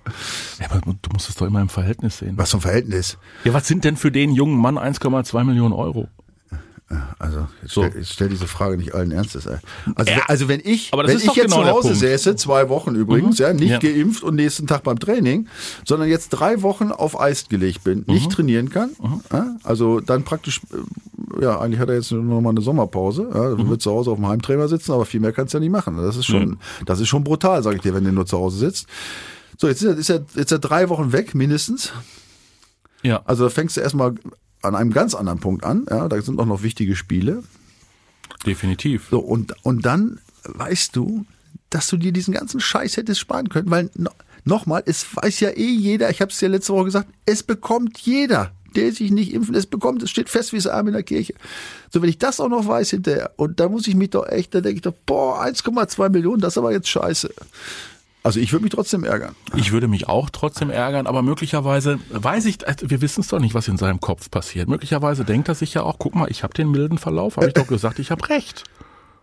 [SPEAKER 2] ja, aber du musst es doch immer im Verhältnis sehen.
[SPEAKER 3] Was zum Verhältnis.
[SPEAKER 2] Ja, was sind denn für den jungen Mann 1,2 Millionen Euro?
[SPEAKER 3] Also, jetzt
[SPEAKER 2] So.
[SPEAKER 3] stell, jetzt stell diese Frage nicht allen Ernstes. ey. Also, also wenn ich,
[SPEAKER 2] Aber das
[SPEAKER 3] wenn
[SPEAKER 2] ist
[SPEAKER 3] ich
[SPEAKER 2] doch
[SPEAKER 3] jetzt
[SPEAKER 2] genau
[SPEAKER 3] zu
[SPEAKER 2] der
[SPEAKER 3] Hause
[SPEAKER 2] Punkt. Mhm.
[SPEAKER 3] säße, zwei Wochen übrigens, ja, nicht
[SPEAKER 2] Ja.
[SPEAKER 3] geimpft und nächsten Tag beim Training, sondern jetzt drei Wochen auf Eis gelegt bin,
[SPEAKER 2] Mhm.
[SPEAKER 3] nicht trainieren kann, ja, also dann praktisch, äh, ja, eigentlich hat er jetzt nur noch mal eine Sommerpause, ja, mhm. wird zu Hause auf dem Heimtrainer sitzen, aber viel mehr kannst du ja nicht machen. Das ist schon,
[SPEAKER 2] Mhm.
[SPEAKER 3] das ist schon brutal, sage ich dir, wenn du nur zu Hause sitzt. So, jetzt ist er, ist er, jetzt ist er drei Wochen weg, mindestens.
[SPEAKER 2] Ja.
[SPEAKER 3] Also da fängst du erstmal an einem ganz anderen Punkt an. Ja, da sind auch noch wichtige Spiele.
[SPEAKER 2] definitiv.
[SPEAKER 3] So, und, und dann weißt du, dass du dir diesen ganzen Scheiß hättest sparen können, weil no, nochmal, es weiß ja eh jeder, ich habe es ja letzte Woche gesagt, es bekommt jeder der sich nicht impfen lässt, bekommt, es steht fest wie es Arm in der Kirche. So, wenn ich das auch noch weiß hinterher, und da muss ich mich doch echt, da denke ich doch, boah, 1,2 Millionen, das ist aber jetzt scheiße. Also ich würde mich trotzdem ärgern.
[SPEAKER 2] Ich würde mich auch trotzdem ärgern, aber möglicherweise weiß ich, also wir wissen es doch nicht, was in seinem Kopf passiert. Möglicherweise denkt er sich ja auch, guck mal, ich habe den milden Verlauf, habe ich doch gesagt, ich habe recht.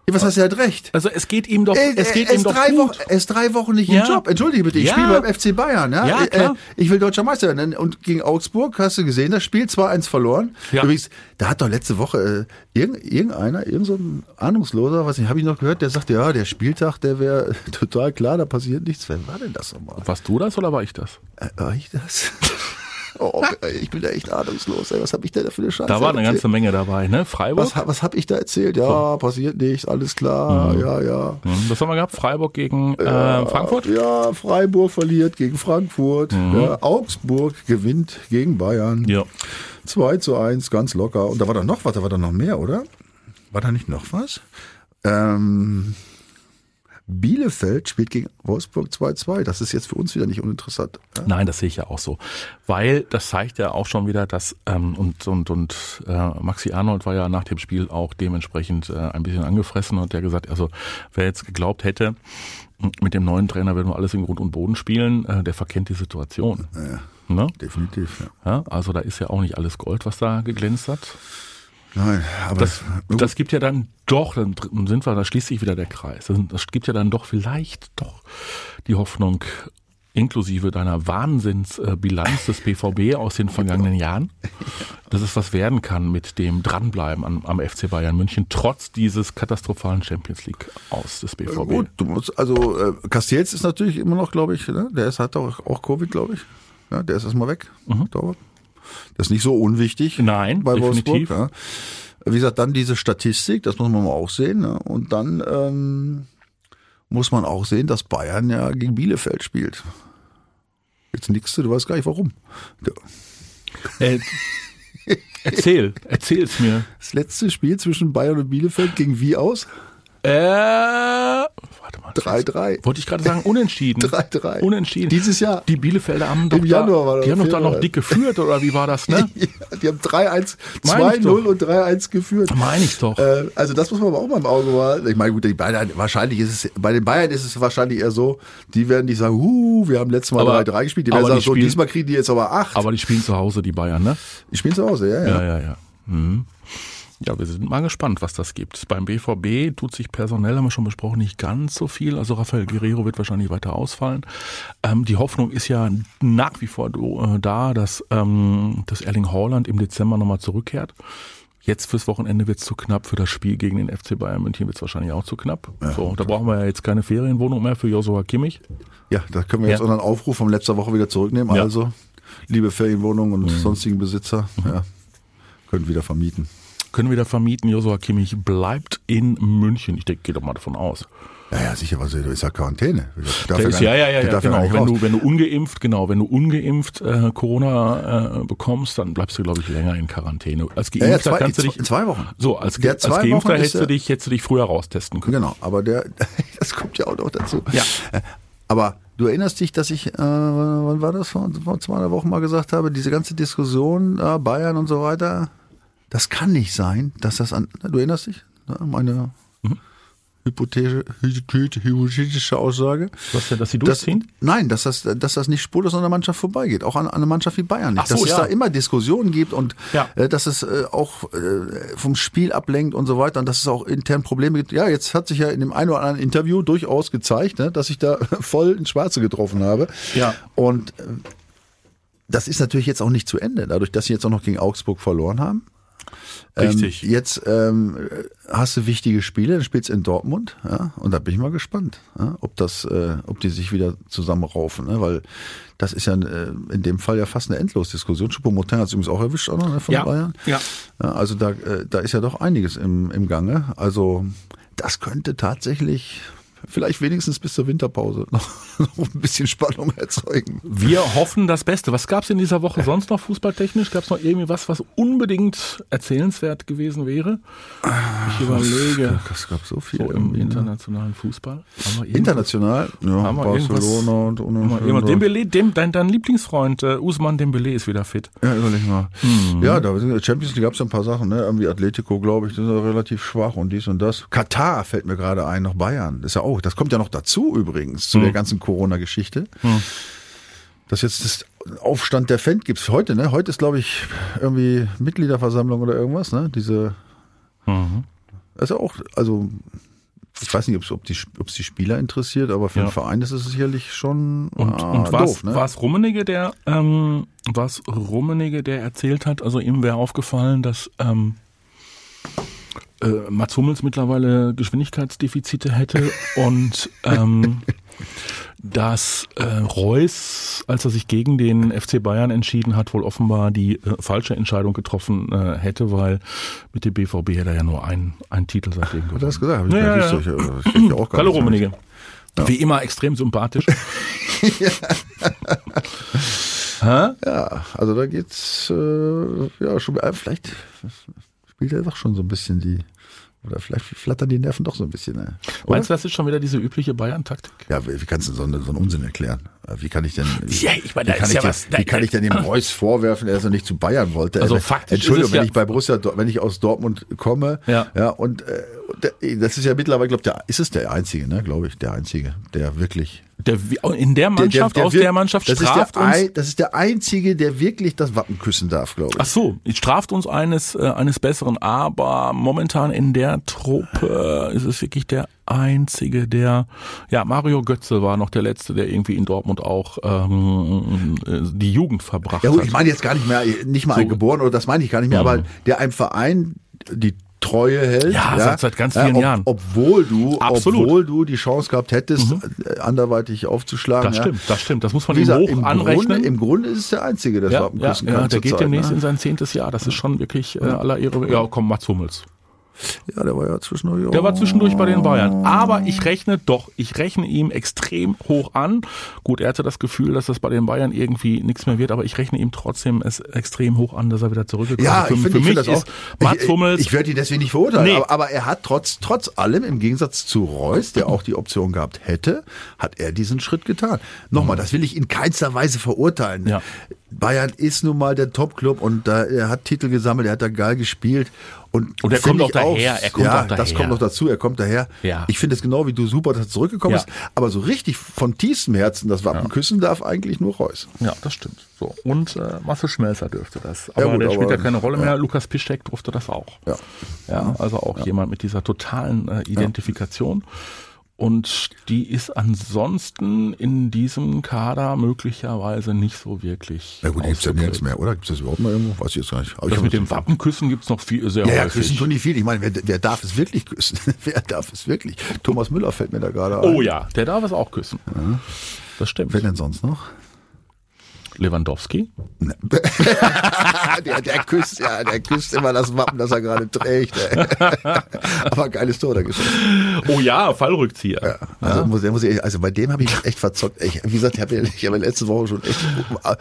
[SPEAKER 3] Ja, was hast du halt recht?
[SPEAKER 2] Also es geht ihm doch,
[SPEAKER 3] Ey,
[SPEAKER 2] es geht
[SPEAKER 3] er,
[SPEAKER 2] ihm
[SPEAKER 3] ist
[SPEAKER 2] doch
[SPEAKER 3] Äh, drei
[SPEAKER 2] gut.
[SPEAKER 3] Wochen, er ist drei Wochen nicht
[SPEAKER 2] Ja.
[SPEAKER 3] im Job. Entschuldige bitte, ich
[SPEAKER 2] Ja.
[SPEAKER 3] spiele beim FC Bayern. Ja?
[SPEAKER 2] Ja,
[SPEAKER 3] Äh,
[SPEAKER 2] klar.
[SPEAKER 3] äh, ich will deutscher Meister werden. Und gegen Augsburg hast du gesehen, das Spiel 2-1 verloren.
[SPEAKER 2] Ja.
[SPEAKER 3] Übrigens, da hat doch letzte Woche äh, irgend, irgendeiner, irgend so ein Ahnungsloser, was ich, habe ich noch gehört, der sagt, ja, der Spieltag, der wäre total klar, da passiert nichts. Wer war denn das nochmal?
[SPEAKER 2] Warst du das oder war ich das?
[SPEAKER 3] Äh, war ich das? oh, ich bin da echt ahnungslos. Ey. Was habe ich denn da für eine Scheiße
[SPEAKER 2] Da war eine
[SPEAKER 3] erzählt?
[SPEAKER 2] ganze Menge dabei, ne? Freiburg.
[SPEAKER 3] Also, äh, was, hab- was habe ich da erzählt? Ja, passiert nichts, alles klar, ja, ja.
[SPEAKER 2] Hm, Was haben wir gehabt? Freiburg gegen äh, Frankfurt? Mhm.
[SPEAKER 3] Ja, Freiburg verliert gegen Frankfurt. Ja, Augsburg gewinnt gegen Bayern.
[SPEAKER 2] Ja.
[SPEAKER 3] 2 zu 1, ganz locker. Und da war doch noch was, da war doch noch mehr, oder? War da nicht noch was? Ähm, Bielefeld spielt gegen Wolfsburg 2-2. Das ist jetzt für uns wieder nicht uninteressant. Ja?
[SPEAKER 2] Nein, das sehe ich ja auch so. Weil das zeigt ja auch schon wieder, dass ähm, und und und äh, Maxi Arnold war ja nach dem Spiel auch dementsprechend äh, ein bisschen angefressen und der gesagt, also wer jetzt geglaubt hätte, mit dem neuen Trainer werden wir alles in Grund und Boden spielen, äh, der verkennt die Situation. Ne?
[SPEAKER 3] Definitiv, ja.
[SPEAKER 2] Ja, also da ist ja auch nicht alles Gold, was da geglänzt hat.
[SPEAKER 3] Nein, aber
[SPEAKER 2] Das, das gibt ja dann doch, dann sind wir, da schließt sich wieder der Kreis. Das- Das gibt ja dann doch vielleicht doch die Hoffnung, inklusive deiner Wahnsinnsbilanz des BVB aus den vergangenen Jahren, dass es was werden kann mit dem Dranbleiben am, am FC Bayern München, trotz dieses katastrophalen Champions League aus des BVB.
[SPEAKER 3] gut, du musst, also äh, Castells ist natürlich immer noch, glaube ich, ne? der ist, hat auch, auch Covid, glaube ich. Ja, der ist erstmal weg. Dauer. Das ist nicht so unwichtig.
[SPEAKER 2] Mhm. Nein,
[SPEAKER 3] bei
[SPEAKER 2] definitiv.
[SPEAKER 3] Wolfsburg. Ja. Wie gesagt, dann diese Statistik, das muss man mal auch sehen. Ne? Und dann ähm, muss man auch sehen, dass Bayern ja gegen Bielefeld spielt. Jetzt nix, du weißt gar nicht warum. Ja.
[SPEAKER 2] Äh, erzähl, erzähl's mir.
[SPEAKER 3] Das letzte Spiel zwischen Bayern und Bielefeld ging wie aus?
[SPEAKER 2] Äh, warte mal.
[SPEAKER 3] 3-3.
[SPEAKER 2] Wollte ich gerade sagen, unentschieden.
[SPEAKER 3] 3-3.
[SPEAKER 2] Unentschieden.
[SPEAKER 3] Dieses Jahr.
[SPEAKER 2] Die Bielefelder haben doch,
[SPEAKER 3] Im
[SPEAKER 2] da,
[SPEAKER 3] Januar war das
[SPEAKER 2] die haben doch da noch
[SPEAKER 3] Februar.
[SPEAKER 2] dick geführt, oder wie war das, ne?
[SPEAKER 3] Ja, die haben 3-1,
[SPEAKER 2] Meine ich
[SPEAKER 3] 2-0 und 3-1 geführt.
[SPEAKER 2] Meine ich doch.
[SPEAKER 3] Äh, also das muss man aber auch mal im Auge behalten. Ich meine, gut, die Bayern, wahrscheinlich ist es, bei den Bayern ist es wahrscheinlich eher so, die werden nicht sagen, huh, wir haben letztes Mal
[SPEAKER 2] Aber-
[SPEAKER 3] 3-3 gespielt. Die werden
[SPEAKER 2] aber
[SPEAKER 3] sagen,
[SPEAKER 2] die
[SPEAKER 3] so,
[SPEAKER 2] spielen-
[SPEAKER 3] diesmal kriegen die jetzt aber 8.
[SPEAKER 2] Aber die spielen zu Hause, die Bayern, ne?
[SPEAKER 3] Die spielen zu Hause, ja, ja.
[SPEAKER 2] Ja, ja, ja. Mhm. Ja, wir sind mal gespannt, was das gibt. Beim BVB tut sich personell, haben wir schon besprochen, nicht ganz so viel. Also Rafael Guerrero wird wahrscheinlich weiter ausfallen. Ähm, die Hoffnung ist ja nach wie vor do- äh, da, dass, ähm, dass Erling Haaland im Dezember nochmal zurückkehrt. Jetzt fürs Wochenende wird's zu knapp, für das Spiel gegen den FC Bayern München wird's wahrscheinlich auch zu knapp. so, da brauchen wir ja jetzt keine Ferienwohnung mehr für Joshua Kimmich.
[SPEAKER 3] Ja, da können wir jetzt
[SPEAKER 2] Ja.
[SPEAKER 3] unseren Aufruf von letzter Woche wieder zurücknehmen.
[SPEAKER 2] Ja. Mhm.
[SPEAKER 3] Also, liebe Ferienwohnungen und sonstigen Besitzer, ja, können wieder vermieten.
[SPEAKER 2] Können wir da vermieten, Joshua Kimmich bleibt in München. Ich denke, geh doch mal davon aus.
[SPEAKER 3] Ja, ja, sicher, was ist ja Quarantäne. Darf
[SPEAKER 2] Der
[SPEAKER 3] ja
[SPEAKER 2] ist,
[SPEAKER 3] gar
[SPEAKER 2] ja,
[SPEAKER 3] nicht-
[SPEAKER 2] ja, ja,
[SPEAKER 3] der
[SPEAKER 2] ja
[SPEAKER 3] darf ja gar
[SPEAKER 2] genau.
[SPEAKER 3] nicht
[SPEAKER 2] Wenn
[SPEAKER 3] raus.
[SPEAKER 2] du, wenn du ungeimpft, genau, wenn du ungeimpft äh, Corona äh, bekommst, dann bleibst du, glaube ich, länger in Quarantäne. Als
[SPEAKER 3] Ja, ja,
[SPEAKER 2] Geimpfter
[SPEAKER 3] zwei,
[SPEAKER 2] kannst du
[SPEAKER 3] zwei,
[SPEAKER 2] dich.
[SPEAKER 3] zwei Wochen.
[SPEAKER 2] So, als,
[SPEAKER 3] Der
[SPEAKER 2] Ge- als
[SPEAKER 3] zwei
[SPEAKER 2] Geimpfter
[SPEAKER 3] Wochen ist
[SPEAKER 2] hättest, du
[SPEAKER 3] der-
[SPEAKER 2] dich, hättest du dich früher raustesten können.
[SPEAKER 3] Genau, aber der, das kommt ja auch noch dazu. Äh,
[SPEAKER 2] Ja.
[SPEAKER 3] Aber du erinnerst dich, dass ich, äh, wann war das, vor, vor zwei drei Wochen mal gesagt habe, diese ganze Diskussion, äh, Bayern und so weiter, das kann nicht sein, dass das an, du erinnerst dich, Ja, meine hypothese- hypothet- hypothetische Aussage.
[SPEAKER 2] Was denn, dass sie
[SPEAKER 3] Dass,
[SPEAKER 2] durchziehen?
[SPEAKER 3] nein, dass das, dass das nicht spurlos an der Mannschaft vorbeigeht, auch an, an einer Mannschaft wie Bayern nicht.
[SPEAKER 2] Ach so,
[SPEAKER 3] dass es
[SPEAKER 2] ja.
[SPEAKER 3] da immer Diskussionen gibt und
[SPEAKER 2] Ja.
[SPEAKER 3] äh, dass es äh, auch äh, vom Spiel ablenkt und so weiter und dass es auch intern Probleme gibt. Ja, jetzt hat sich ja in dem einen oder anderen Interview durchaus gezeigt, ne, dass ich da voll ins Schwarze getroffen habe.
[SPEAKER 2] Ja.
[SPEAKER 3] Und äh, das ist natürlich jetzt auch nicht zu Ende, dadurch, dass sie jetzt auch noch gegen Augsburg verloren haben.
[SPEAKER 2] Richtig.
[SPEAKER 3] Ähm, jetzt ähm, hast du wichtige Spiele, dann spielst du in Dortmund. Ja? Und da bin ich mal gespannt, ja? ob das, äh, ob die sich wieder zusammenraufen. Ne? Weil das ist ja äh, in dem Fall ja fast eine Endlosdiskussion. Choupo-Moting hat es übrigens auch erwischt, oder? Ne, von
[SPEAKER 2] Ja,
[SPEAKER 3] Bayern.
[SPEAKER 2] ja.
[SPEAKER 3] ja also da, äh, da ist ja doch einiges im, im Gange. Also das könnte tatsächlich vielleicht wenigstens bis zur Winterpause noch, noch ein bisschen Spannung erzeugen.
[SPEAKER 2] Wir hoffen das Beste. Was gab es in dieser Woche sonst noch fußballtechnisch? Gab es noch irgendwie was, was unbedingt erzählenswert gewesen wäre? Ich überlege.
[SPEAKER 3] Es gab so viel.
[SPEAKER 2] So im internationalen Fußball. Haben wir irgendwas-
[SPEAKER 3] International, ja,
[SPEAKER 2] Haben wir irgendwas-
[SPEAKER 3] Barcelona und,
[SPEAKER 2] Haben
[SPEAKER 3] und,
[SPEAKER 2] wir
[SPEAKER 3] und,
[SPEAKER 2] irgendwas-
[SPEAKER 3] und.
[SPEAKER 2] Dembele, Dem, dein, dein Lieblingsfreund äh, Usman Dembele ist wieder fit.
[SPEAKER 3] Ja, überleg mal.
[SPEAKER 2] Hm.
[SPEAKER 3] Ja, da Champions League gab es ein paar Sachen, ne? Irgendwie Atletico, glaube ich, das ist ja relativ schwach und dies und das. Katar fällt mir gerade ein, noch Bayern. Das ist ja auch, das kommt ja noch dazu übrigens,
[SPEAKER 2] Hm.
[SPEAKER 3] zu der ganzen Corona-Geschichte. Dass jetzt das Aufstand der Fan gibt's heute, ne? Heute ist, glaube ich, irgendwie Mitgliederversammlung oder irgendwas, ne? Diese.
[SPEAKER 2] Mhm.
[SPEAKER 3] Das ist ja auch, also. Ich weiß nicht, ob's- ob es die, ob's die Spieler interessiert, aber für
[SPEAKER 2] Ja.
[SPEAKER 3] den Verein ist es sicherlich schon
[SPEAKER 2] Und,
[SPEAKER 3] ah,
[SPEAKER 2] und war es
[SPEAKER 3] doof. Ne?
[SPEAKER 2] Rummenigge, der ähm, war's Rummenigge, der erzählt hat, also ihm wäre aufgefallen, dass ähm, äh, Mats Hummels mittlerweile Geschwindigkeitsdefizite hätte und ähm, dass äh, Reus, als er sich gegen den FC Bayern entschieden hat, wohl offenbar die äh, falsche Entscheidung getroffen äh, hätte, weil mit dem BVB hätte er ja nur einen, einen Titel seitdem gewonnen.
[SPEAKER 3] Hat er das gesagt? Hab ich
[SPEAKER 2] Ja,
[SPEAKER 3] gar
[SPEAKER 2] ja,
[SPEAKER 3] nicht
[SPEAKER 2] ja.
[SPEAKER 3] so- ich- ich- ich- ich- auch gar
[SPEAKER 2] Hallo
[SPEAKER 3] nicht so-
[SPEAKER 2] Rummenigge. Wie immer extrem sympathisch. Hä?
[SPEAKER 3] Ja, also da geht's äh, ja schon. äh, Vielleicht spielt er doch schon so ein bisschen die. Oder vielleicht flattern die Nerven doch so ein bisschen. Ne? Oder?
[SPEAKER 2] Meinst du, das ist schon wieder diese übliche Bayern-Taktik?
[SPEAKER 3] Ja, wie wie kannst du denn so, eine, so einen Unsinn erklären? Äh, Wie kann ich denn.
[SPEAKER 2] Ja, ich meine,
[SPEAKER 3] wie
[SPEAKER 2] da
[SPEAKER 3] kann
[SPEAKER 2] ist
[SPEAKER 3] ich
[SPEAKER 2] ja
[SPEAKER 3] denn-
[SPEAKER 2] was- da-
[SPEAKER 3] Wie kann ich denn dem Reus vorwerfen, er so nicht zu Bayern wollte?
[SPEAKER 2] Also
[SPEAKER 3] Äh,
[SPEAKER 2] faktisch ist
[SPEAKER 3] Entschuldigung,
[SPEAKER 2] es
[SPEAKER 3] wenn
[SPEAKER 2] ja-
[SPEAKER 3] ich bei Borussia, Dor- wenn ich aus Dortmund komme,
[SPEAKER 2] Ja.
[SPEAKER 3] ja und, äh, und der, das ist ja mittlerweile, glaube ich, ist es der einzige, ne? Glaube ich, der einzige, der wirklich
[SPEAKER 2] Der, wie- oh, in der Mannschaft, aus
[SPEAKER 3] wir-
[SPEAKER 2] der Mannschaft
[SPEAKER 3] das
[SPEAKER 2] straft
[SPEAKER 3] ist der,
[SPEAKER 2] uns.
[SPEAKER 3] ein- Das ist der Einzige, der wirklich das Wappen küssen darf, glaube
[SPEAKER 2] Ach
[SPEAKER 3] ich.
[SPEAKER 2] so, straft uns eines, äh, eines Besseren, aber momentan in der Truppe ist es wirklich der einzige, der, ja, Mario Götze war noch der letzte, der irgendwie in Dortmund auch ähm, äh, die Jugend verbracht
[SPEAKER 3] Ja, gut,
[SPEAKER 2] hat.
[SPEAKER 3] ich meine jetzt gar nicht mehr, nicht mal geboren, oder das meine ich gar nicht mehr,
[SPEAKER 2] Mhm.
[SPEAKER 3] aber der einem Verein die Treue hält.
[SPEAKER 2] Ja, seit- seit ganz vielen
[SPEAKER 3] ob,
[SPEAKER 2] Jahren.
[SPEAKER 3] Obwohl du,
[SPEAKER 2] Absolut. Mhm.
[SPEAKER 3] obwohl du die Chance gehabt hättest, äh, anderweitig aufzuschlagen.
[SPEAKER 2] das
[SPEAKER 3] ja.
[SPEAKER 2] stimmt, das stimmt. Das muss man
[SPEAKER 3] Wie
[SPEAKER 2] ihm
[SPEAKER 3] gesagt,
[SPEAKER 2] hoch
[SPEAKER 3] im
[SPEAKER 2] anrechnen.
[SPEAKER 3] Grunde, Im Grunde ist es der Einzige, der das
[SPEAKER 2] Ja,
[SPEAKER 3] Wappen
[SPEAKER 2] ja,
[SPEAKER 3] küssen kann.
[SPEAKER 2] ja der geht
[SPEAKER 3] zurzeit,
[SPEAKER 2] demnächst
[SPEAKER 3] ne?
[SPEAKER 2] in sein zehntes Jahr. Das ist schon wirklich äh, aller Ehre. Ja, komm, Mats Hummels.
[SPEAKER 3] Ja, der war ja zwischendurch.
[SPEAKER 2] Der war zwischendurch bei den
[SPEAKER 3] Oh.
[SPEAKER 2] Bayern. Aber ich rechne doch, ich rechne ihm extrem hoch an. Gut, er hatte das Gefühl, dass das bei den Bayern irgendwie nichts mehr wird, aber ich rechne ihm trotzdem es extrem hoch an, dass er wieder zurückgekommen
[SPEAKER 3] Ja,
[SPEAKER 2] ist. Für,
[SPEAKER 3] ich finde
[SPEAKER 2] für
[SPEAKER 3] ich
[SPEAKER 2] mich
[SPEAKER 3] find das auch.
[SPEAKER 2] ist Mats
[SPEAKER 3] ich,
[SPEAKER 2] Hummels.
[SPEAKER 3] Ich, ich werde ihn deswegen nicht verurteilen,
[SPEAKER 2] Nee.
[SPEAKER 3] aber, aber er hat trotz, trotz allem, im Gegensatz zu Reus, der auch die Option gehabt hätte, hat er diesen Schritt getan. Nochmal, das will ich in keinster Weise verurteilen.
[SPEAKER 2] Mhm. Ja.
[SPEAKER 3] Bayern ist nun mal der Top-Club und da, er hat Titel gesammelt, er hat da geil gespielt. Und,
[SPEAKER 2] Und er
[SPEAKER 3] find
[SPEAKER 2] kommt
[SPEAKER 3] ich
[SPEAKER 2] auch daher, er kommt
[SPEAKER 3] ja,
[SPEAKER 2] auch
[SPEAKER 3] das
[SPEAKER 2] daher.
[SPEAKER 3] kommt noch dazu, er kommt daher.
[SPEAKER 2] Ja.
[SPEAKER 3] Ich finde es genau wie du super, dass er zurückgekommen
[SPEAKER 2] Ja.
[SPEAKER 3] ist. Aber so richtig von tiefstem Herzen das Wappen küssen darf eigentlich nur Reus.
[SPEAKER 2] ja, das stimmt. So. Und äh, Marcel Schmelzer dürfte das. Aber
[SPEAKER 3] gut,
[SPEAKER 2] der spielt
[SPEAKER 3] aber-
[SPEAKER 2] ja keine Rolle mehr. Lukas Piszczek durfte das auch.
[SPEAKER 3] Ja.
[SPEAKER 2] Ja, also auch jemand mit dieser totalen äh, Identifikation. Und die ist ansonsten in diesem Kader möglicherweise nicht so wirklich.
[SPEAKER 3] Na gut, die gibt's ja
[SPEAKER 2] ausgeprägt.
[SPEAKER 3] nirgends mehr, oder? Gibt's das überhaupt mal irgendwo? Weiß ich jetzt gar nicht. Aber ich
[SPEAKER 2] Das
[SPEAKER 3] hab
[SPEAKER 2] mit dem
[SPEAKER 3] jetzt-
[SPEAKER 2] Wappenküssen gibt's noch viel, sehr
[SPEAKER 3] Ja, ja,
[SPEAKER 2] häufig.
[SPEAKER 3] küssen tun die viel. Ich meine, wer, wer darf es wirklich küssen? wer darf es wirklich? Thomas Müller fällt mir da gerade ein.
[SPEAKER 2] oh ja, der darf es auch küssen. Das stimmt.
[SPEAKER 3] Wer denn sonst noch?
[SPEAKER 2] Lewandowski?
[SPEAKER 3] Ne. der, der küsst, ja, der küsst immer das Wappen, das er gerade trägt. ey. Aber geiles Tor da geschossen.
[SPEAKER 2] Oh ja, Fallrückzieher.
[SPEAKER 3] Also, muss, der muss ich, also bei dem habe ich mich echt verzockt. Ich, wie gesagt, ich habe ja, ich hab ja letzte Woche schon echt äh,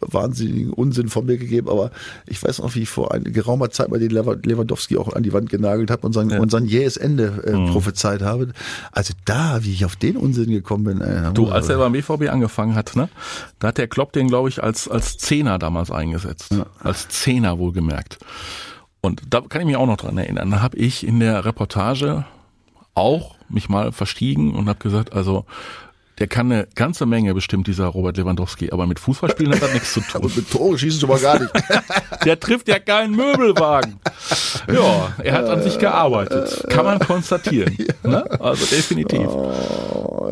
[SPEAKER 3] wahnsinnigen Unsinn von mir gegeben, aber ich weiß noch, wie ich vor ein, geraumer Zeit mal den Lewa- Lewandowski auch an die Wand genagelt habe und sein, und sein jähes Ende äh,
[SPEAKER 2] Mhm.
[SPEAKER 3] prophezeit habe. Also da, wie ich auf den Unsinn gekommen bin. äh, Ey,
[SPEAKER 2] Du, als er beim BVB angefangen hat, ne? Da hat der Klopp den, glaube ich, als, als Zehner damals eingesetzt. Als Zehner wohlgemerkt. Und da kann ich mich auch noch dran erinnern. Da habe ich in der Reportage auch mich mal verstiegen und habe gesagt, also der kann eine ganze Menge bestimmt, dieser Robert Lewandowski, aber mit Fußballspielen hat er nichts zu tun.
[SPEAKER 3] Und mit Tore schießen schon mal gar nicht.
[SPEAKER 2] Der trifft ja keinen Möbelwagen. Ja, er hat an sich gearbeitet. Kann man konstatieren. Ne? Also definitiv.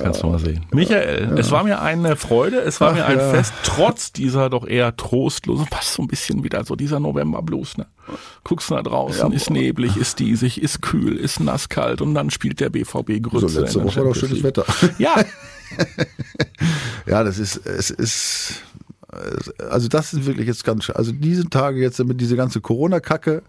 [SPEAKER 2] Kannst du mal sehen. Michael, es war mir eine Freude, es war mir ein Fest, trotz dieser doch eher trostlosen, fast so ein bisschen wieder so dieser November Blues. Ne? Guckst nach draußen, ist neblig, ist diesig, ist kühl, ist nasskalt und dann spielt der BVB Grütze.
[SPEAKER 3] So, letzte
[SPEAKER 2] in der
[SPEAKER 3] Woche war doch
[SPEAKER 2] Champions
[SPEAKER 3] schönes
[SPEAKER 2] League.
[SPEAKER 3] Wetter.
[SPEAKER 2] Ja,
[SPEAKER 3] Ja, das ist, es ist, also das ist wirklich jetzt ganz, sch- also diese Tage jetzt mit diese ganze Corona-Kacke,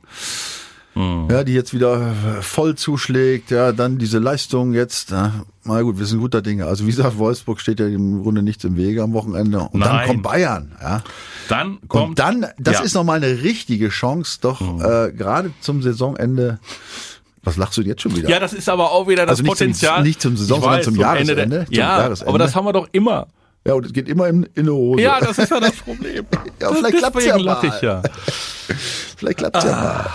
[SPEAKER 2] Mhm.
[SPEAKER 3] ja, die jetzt wieder voll zuschlägt, ja, dann diese Leistung jetzt, ja, na gut, wir sind guter Dinge. Also wie gesagt, Wolfsburg steht ja im Grunde nichts im Wege am Wochenende. Und dann
[SPEAKER 2] Nein.
[SPEAKER 3] kommt Bayern, ja.
[SPEAKER 2] Dann kommt.
[SPEAKER 3] Und dann, das
[SPEAKER 2] Ja. Mhm.
[SPEAKER 3] ist nochmal eine richtige Chance, doch äh, gerade zum Saisonende. Was lachst du jetzt schon wieder?
[SPEAKER 2] Ja, das ist aber auch wieder das
[SPEAKER 3] Also nicht zum-
[SPEAKER 2] Potenzial.
[SPEAKER 3] nicht zum Saison,
[SPEAKER 2] Ich
[SPEAKER 3] sondern zum
[SPEAKER 2] Ende der-
[SPEAKER 3] Jahresende, zum
[SPEAKER 2] ja,
[SPEAKER 3] Jahresende.
[SPEAKER 2] aber das haben wir doch immer.
[SPEAKER 3] Ja, und es geht immer in, in die Hose.
[SPEAKER 2] Ja, das ist ja das Problem.
[SPEAKER 3] Also- Ja, vielleicht klappt's ja
[SPEAKER 2] Deswegen
[SPEAKER 3] mal.
[SPEAKER 2] lach ich ja.
[SPEAKER 3] Vielleicht klappt's
[SPEAKER 2] Ah.
[SPEAKER 3] ja mal.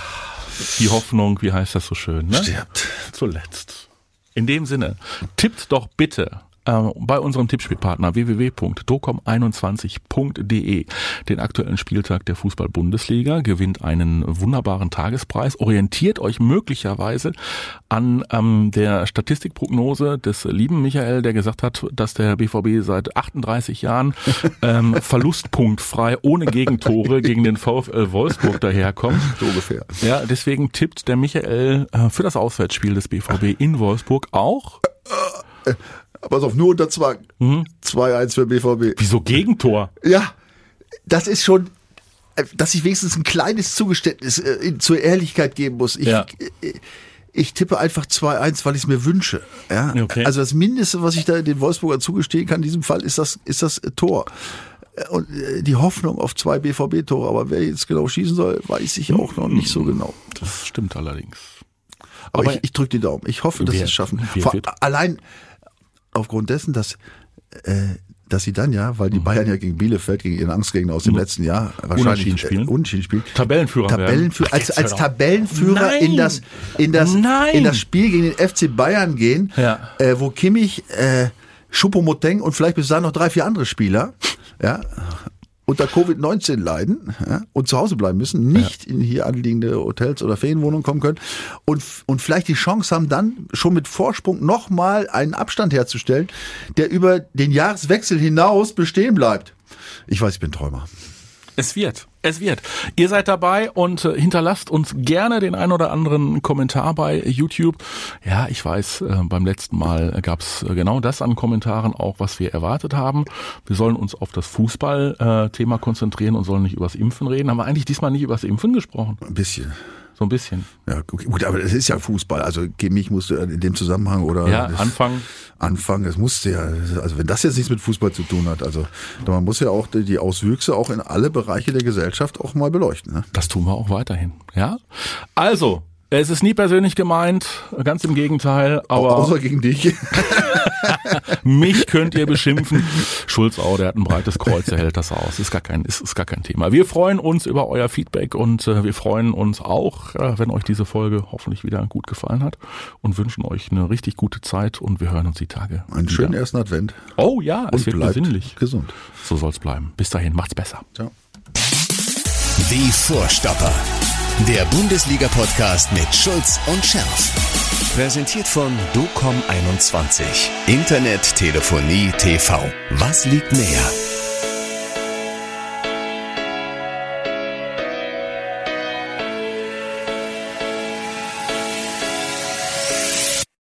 [SPEAKER 2] Die Hoffnung, wie heißt das so schön? Ne?
[SPEAKER 3] Stirbt.
[SPEAKER 2] Zuletzt. In dem Sinne, tippt doch bitte ähm, bei unserem Tippspielpartner www.docom21.de den aktuellen Spieltag der Fußball-Bundesliga, gewinnt einen wunderbaren Tagespreis, orientiert euch möglicherweise an ähm, der Statistikprognose des lieben Michael, der gesagt hat, dass der BVB seit 38 Jahren ähm, verlustpunktfrei ohne Gegentore gegen den VfL Wolfsburg daherkommt.
[SPEAKER 3] So ungefähr.
[SPEAKER 2] Ja, deswegen tippt der Michael äh, für das Auswärtsspiel des BVB in Wolfsburg auch.
[SPEAKER 3] Pass auf, nur unter Zwang.
[SPEAKER 2] Mhm.
[SPEAKER 3] 2-1 für BVB.
[SPEAKER 2] Wieso Gegentor?
[SPEAKER 3] Ja, das ist schon, äh, dass ich wenigstens ein kleines Zugeständnis äh, in- zur Ehrlichkeit geben muss. Ich,
[SPEAKER 2] Ja.
[SPEAKER 3] äh, ich tippe einfach 2-1, weil ich es mir wünsche. Ja?
[SPEAKER 2] Okay.
[SPEAKER 3] Also das Mindeste, was ich da den Wolfsburgern zugestehen kann in diesem Fall, ist das, ist das äh, Tor. Äh, Und äh, die Hoffnung auf zwei BVB-Tore. Aber wer jetzt genau schießen soll, weiß ich auch noch nicht
[SPEAKER 2] Mhm.
[SPEAKER 3] so genau.
[SPEAKER 2] Das stimmt allerdings.
[SPEAKER 3] Aber,
[SPEAKER 2] Aber-
[SPEAKER 3] ich, ich drücke die Daumen. Ich hoffe, dass
[SPEAKER 2] Wir-
[SPEAKER 3] sie es schaffen.
[SPEAKER 2] wir-
[SPEAKER 3] Vor,
[SPEAKER 2] wir-
[SPEAKER 3] allein aufgrund dessen, dass, äh, dass sie dann ja, weil die Bayern ja gegen Bielefeld, gegen ihren Angstgegner aus dem letzten Jahr wahrscheinlich
[SPEAKER 2] Mhm. Unentschieden spielen.
[SPEAKER 3] Äh, unentschieden spielen.
[SPEAKER 2] Tabellenführer
[SPEAKER 3] Tabellenführer,
[SPEAKER 2] werden.
[SPEAKER 3] als,
[SPEAKER 2] Jetzt
[SPEAKER 3] als
[SPEAKER 2] hör doch.
[SPEAKER 3] Tabellenführer
[SPEAKER 2] Nein.
[SPEAKER 3] in das, in das,
[SPEAKER 2] Nein.
[SPEAKER 3] in das Spiel gegen den FC Bayern gehen,
[SPEAKER 2] Ja.
[SPEAKER 3] äh, wo Kimmich, äh, Choupo-Moteng und vielleicht bis dahin noch drei, vier andere Spieler, ja, unter Covid-19 leiden ja, und zu Hause bleiben müssen, nicht in hier anliegende Hotels oder Ferienwohnungen kommen können und, f- und vielleicht die Chance haben, dann schon mit Vorsprung nochmal einen Abstand herzustellen, der über den Jahreswechsel hinaus bestehen bleibt. Ich weiß, ich bin Träumer.
[SPEAKER 2] Es wird. Es wird. Ihr seid dabei und äh, hinterlasst uns gerne den ein oder anderen Kommentar bei YouTube. Ja, ich weiß, äh, beim letzten Mal gab's äh, genau das an Kommentaren auch, was wir erwartet haben. Wir sollen uns auf das Fußball-Thema konzentrieren und sollen nicht übers Impfen reden. Haben wir eigentlich diesmal nicht übers Impfen gesprochen?
[SPEAKER 3] Ein bisschen.
[SPEAKER 2] So ein bisschen.
[SPEAKER 3] Ja, okay, gut, aber das ist ja Fußball. Also Kimmich musste in dem Zusammenhang oder
[SPEAKER 2] Ja,
[SPEAKER 3] das
[SPEAKER 2] Anfang.
[SPEAKER 3] Anfang, das musste ja, also wenn das jetzt nichts mit Fußball zu tun hat, also man muss ja auch die die Auswüchse auch in alle Bereiche der Gesellschaft auch mal beleuchten. Ne?
[SPEAKER 2] Das tun wir auch weiterhin. Ja. Also, es ist nie persönlich gemeint, ganz im Gegenteil, aber
[SPEAKER 3] Außer gegen dich.
[SPEAKER 2] mich könnt ihr beschimpfen. Schulzau, der hat ein breites Kreuz, der hält das aus. Ist gar kein, ist, ist gar kein Thema. Wir freuen uns über euer Feedback und äh, wir freuen uns auch, äh, wenn euch diese Folge hoffentlich wieder gut gefallen hat und wünschen euch eine richtig gute Zeit und wir hören uns die Tage.
[SPEAKER 3] Einen
[SPEAKER 2] wieder.
[SPEAKER 3] schönen ersten Advent
[SPEAKER 2] Oh ja,
[SPEAKER 3] und
[SPEAKER 2] es wird
[SPEAKER 3] bleibt
[SPEAKER 2] besinnlich.
[SPEAKER 3] gesund.
[SPEAKER 2] So soll's bleiben. Bis dahin, macht's besser.
[SPEAKER 3] Ciao.
[SPEAKER 1] Die Vorstopper. Der Bundesliga-Podcast mit Schulz und Scherf. Präsentiert von DOCOM21. Internet, Telefonie, TV. Was liegt näher?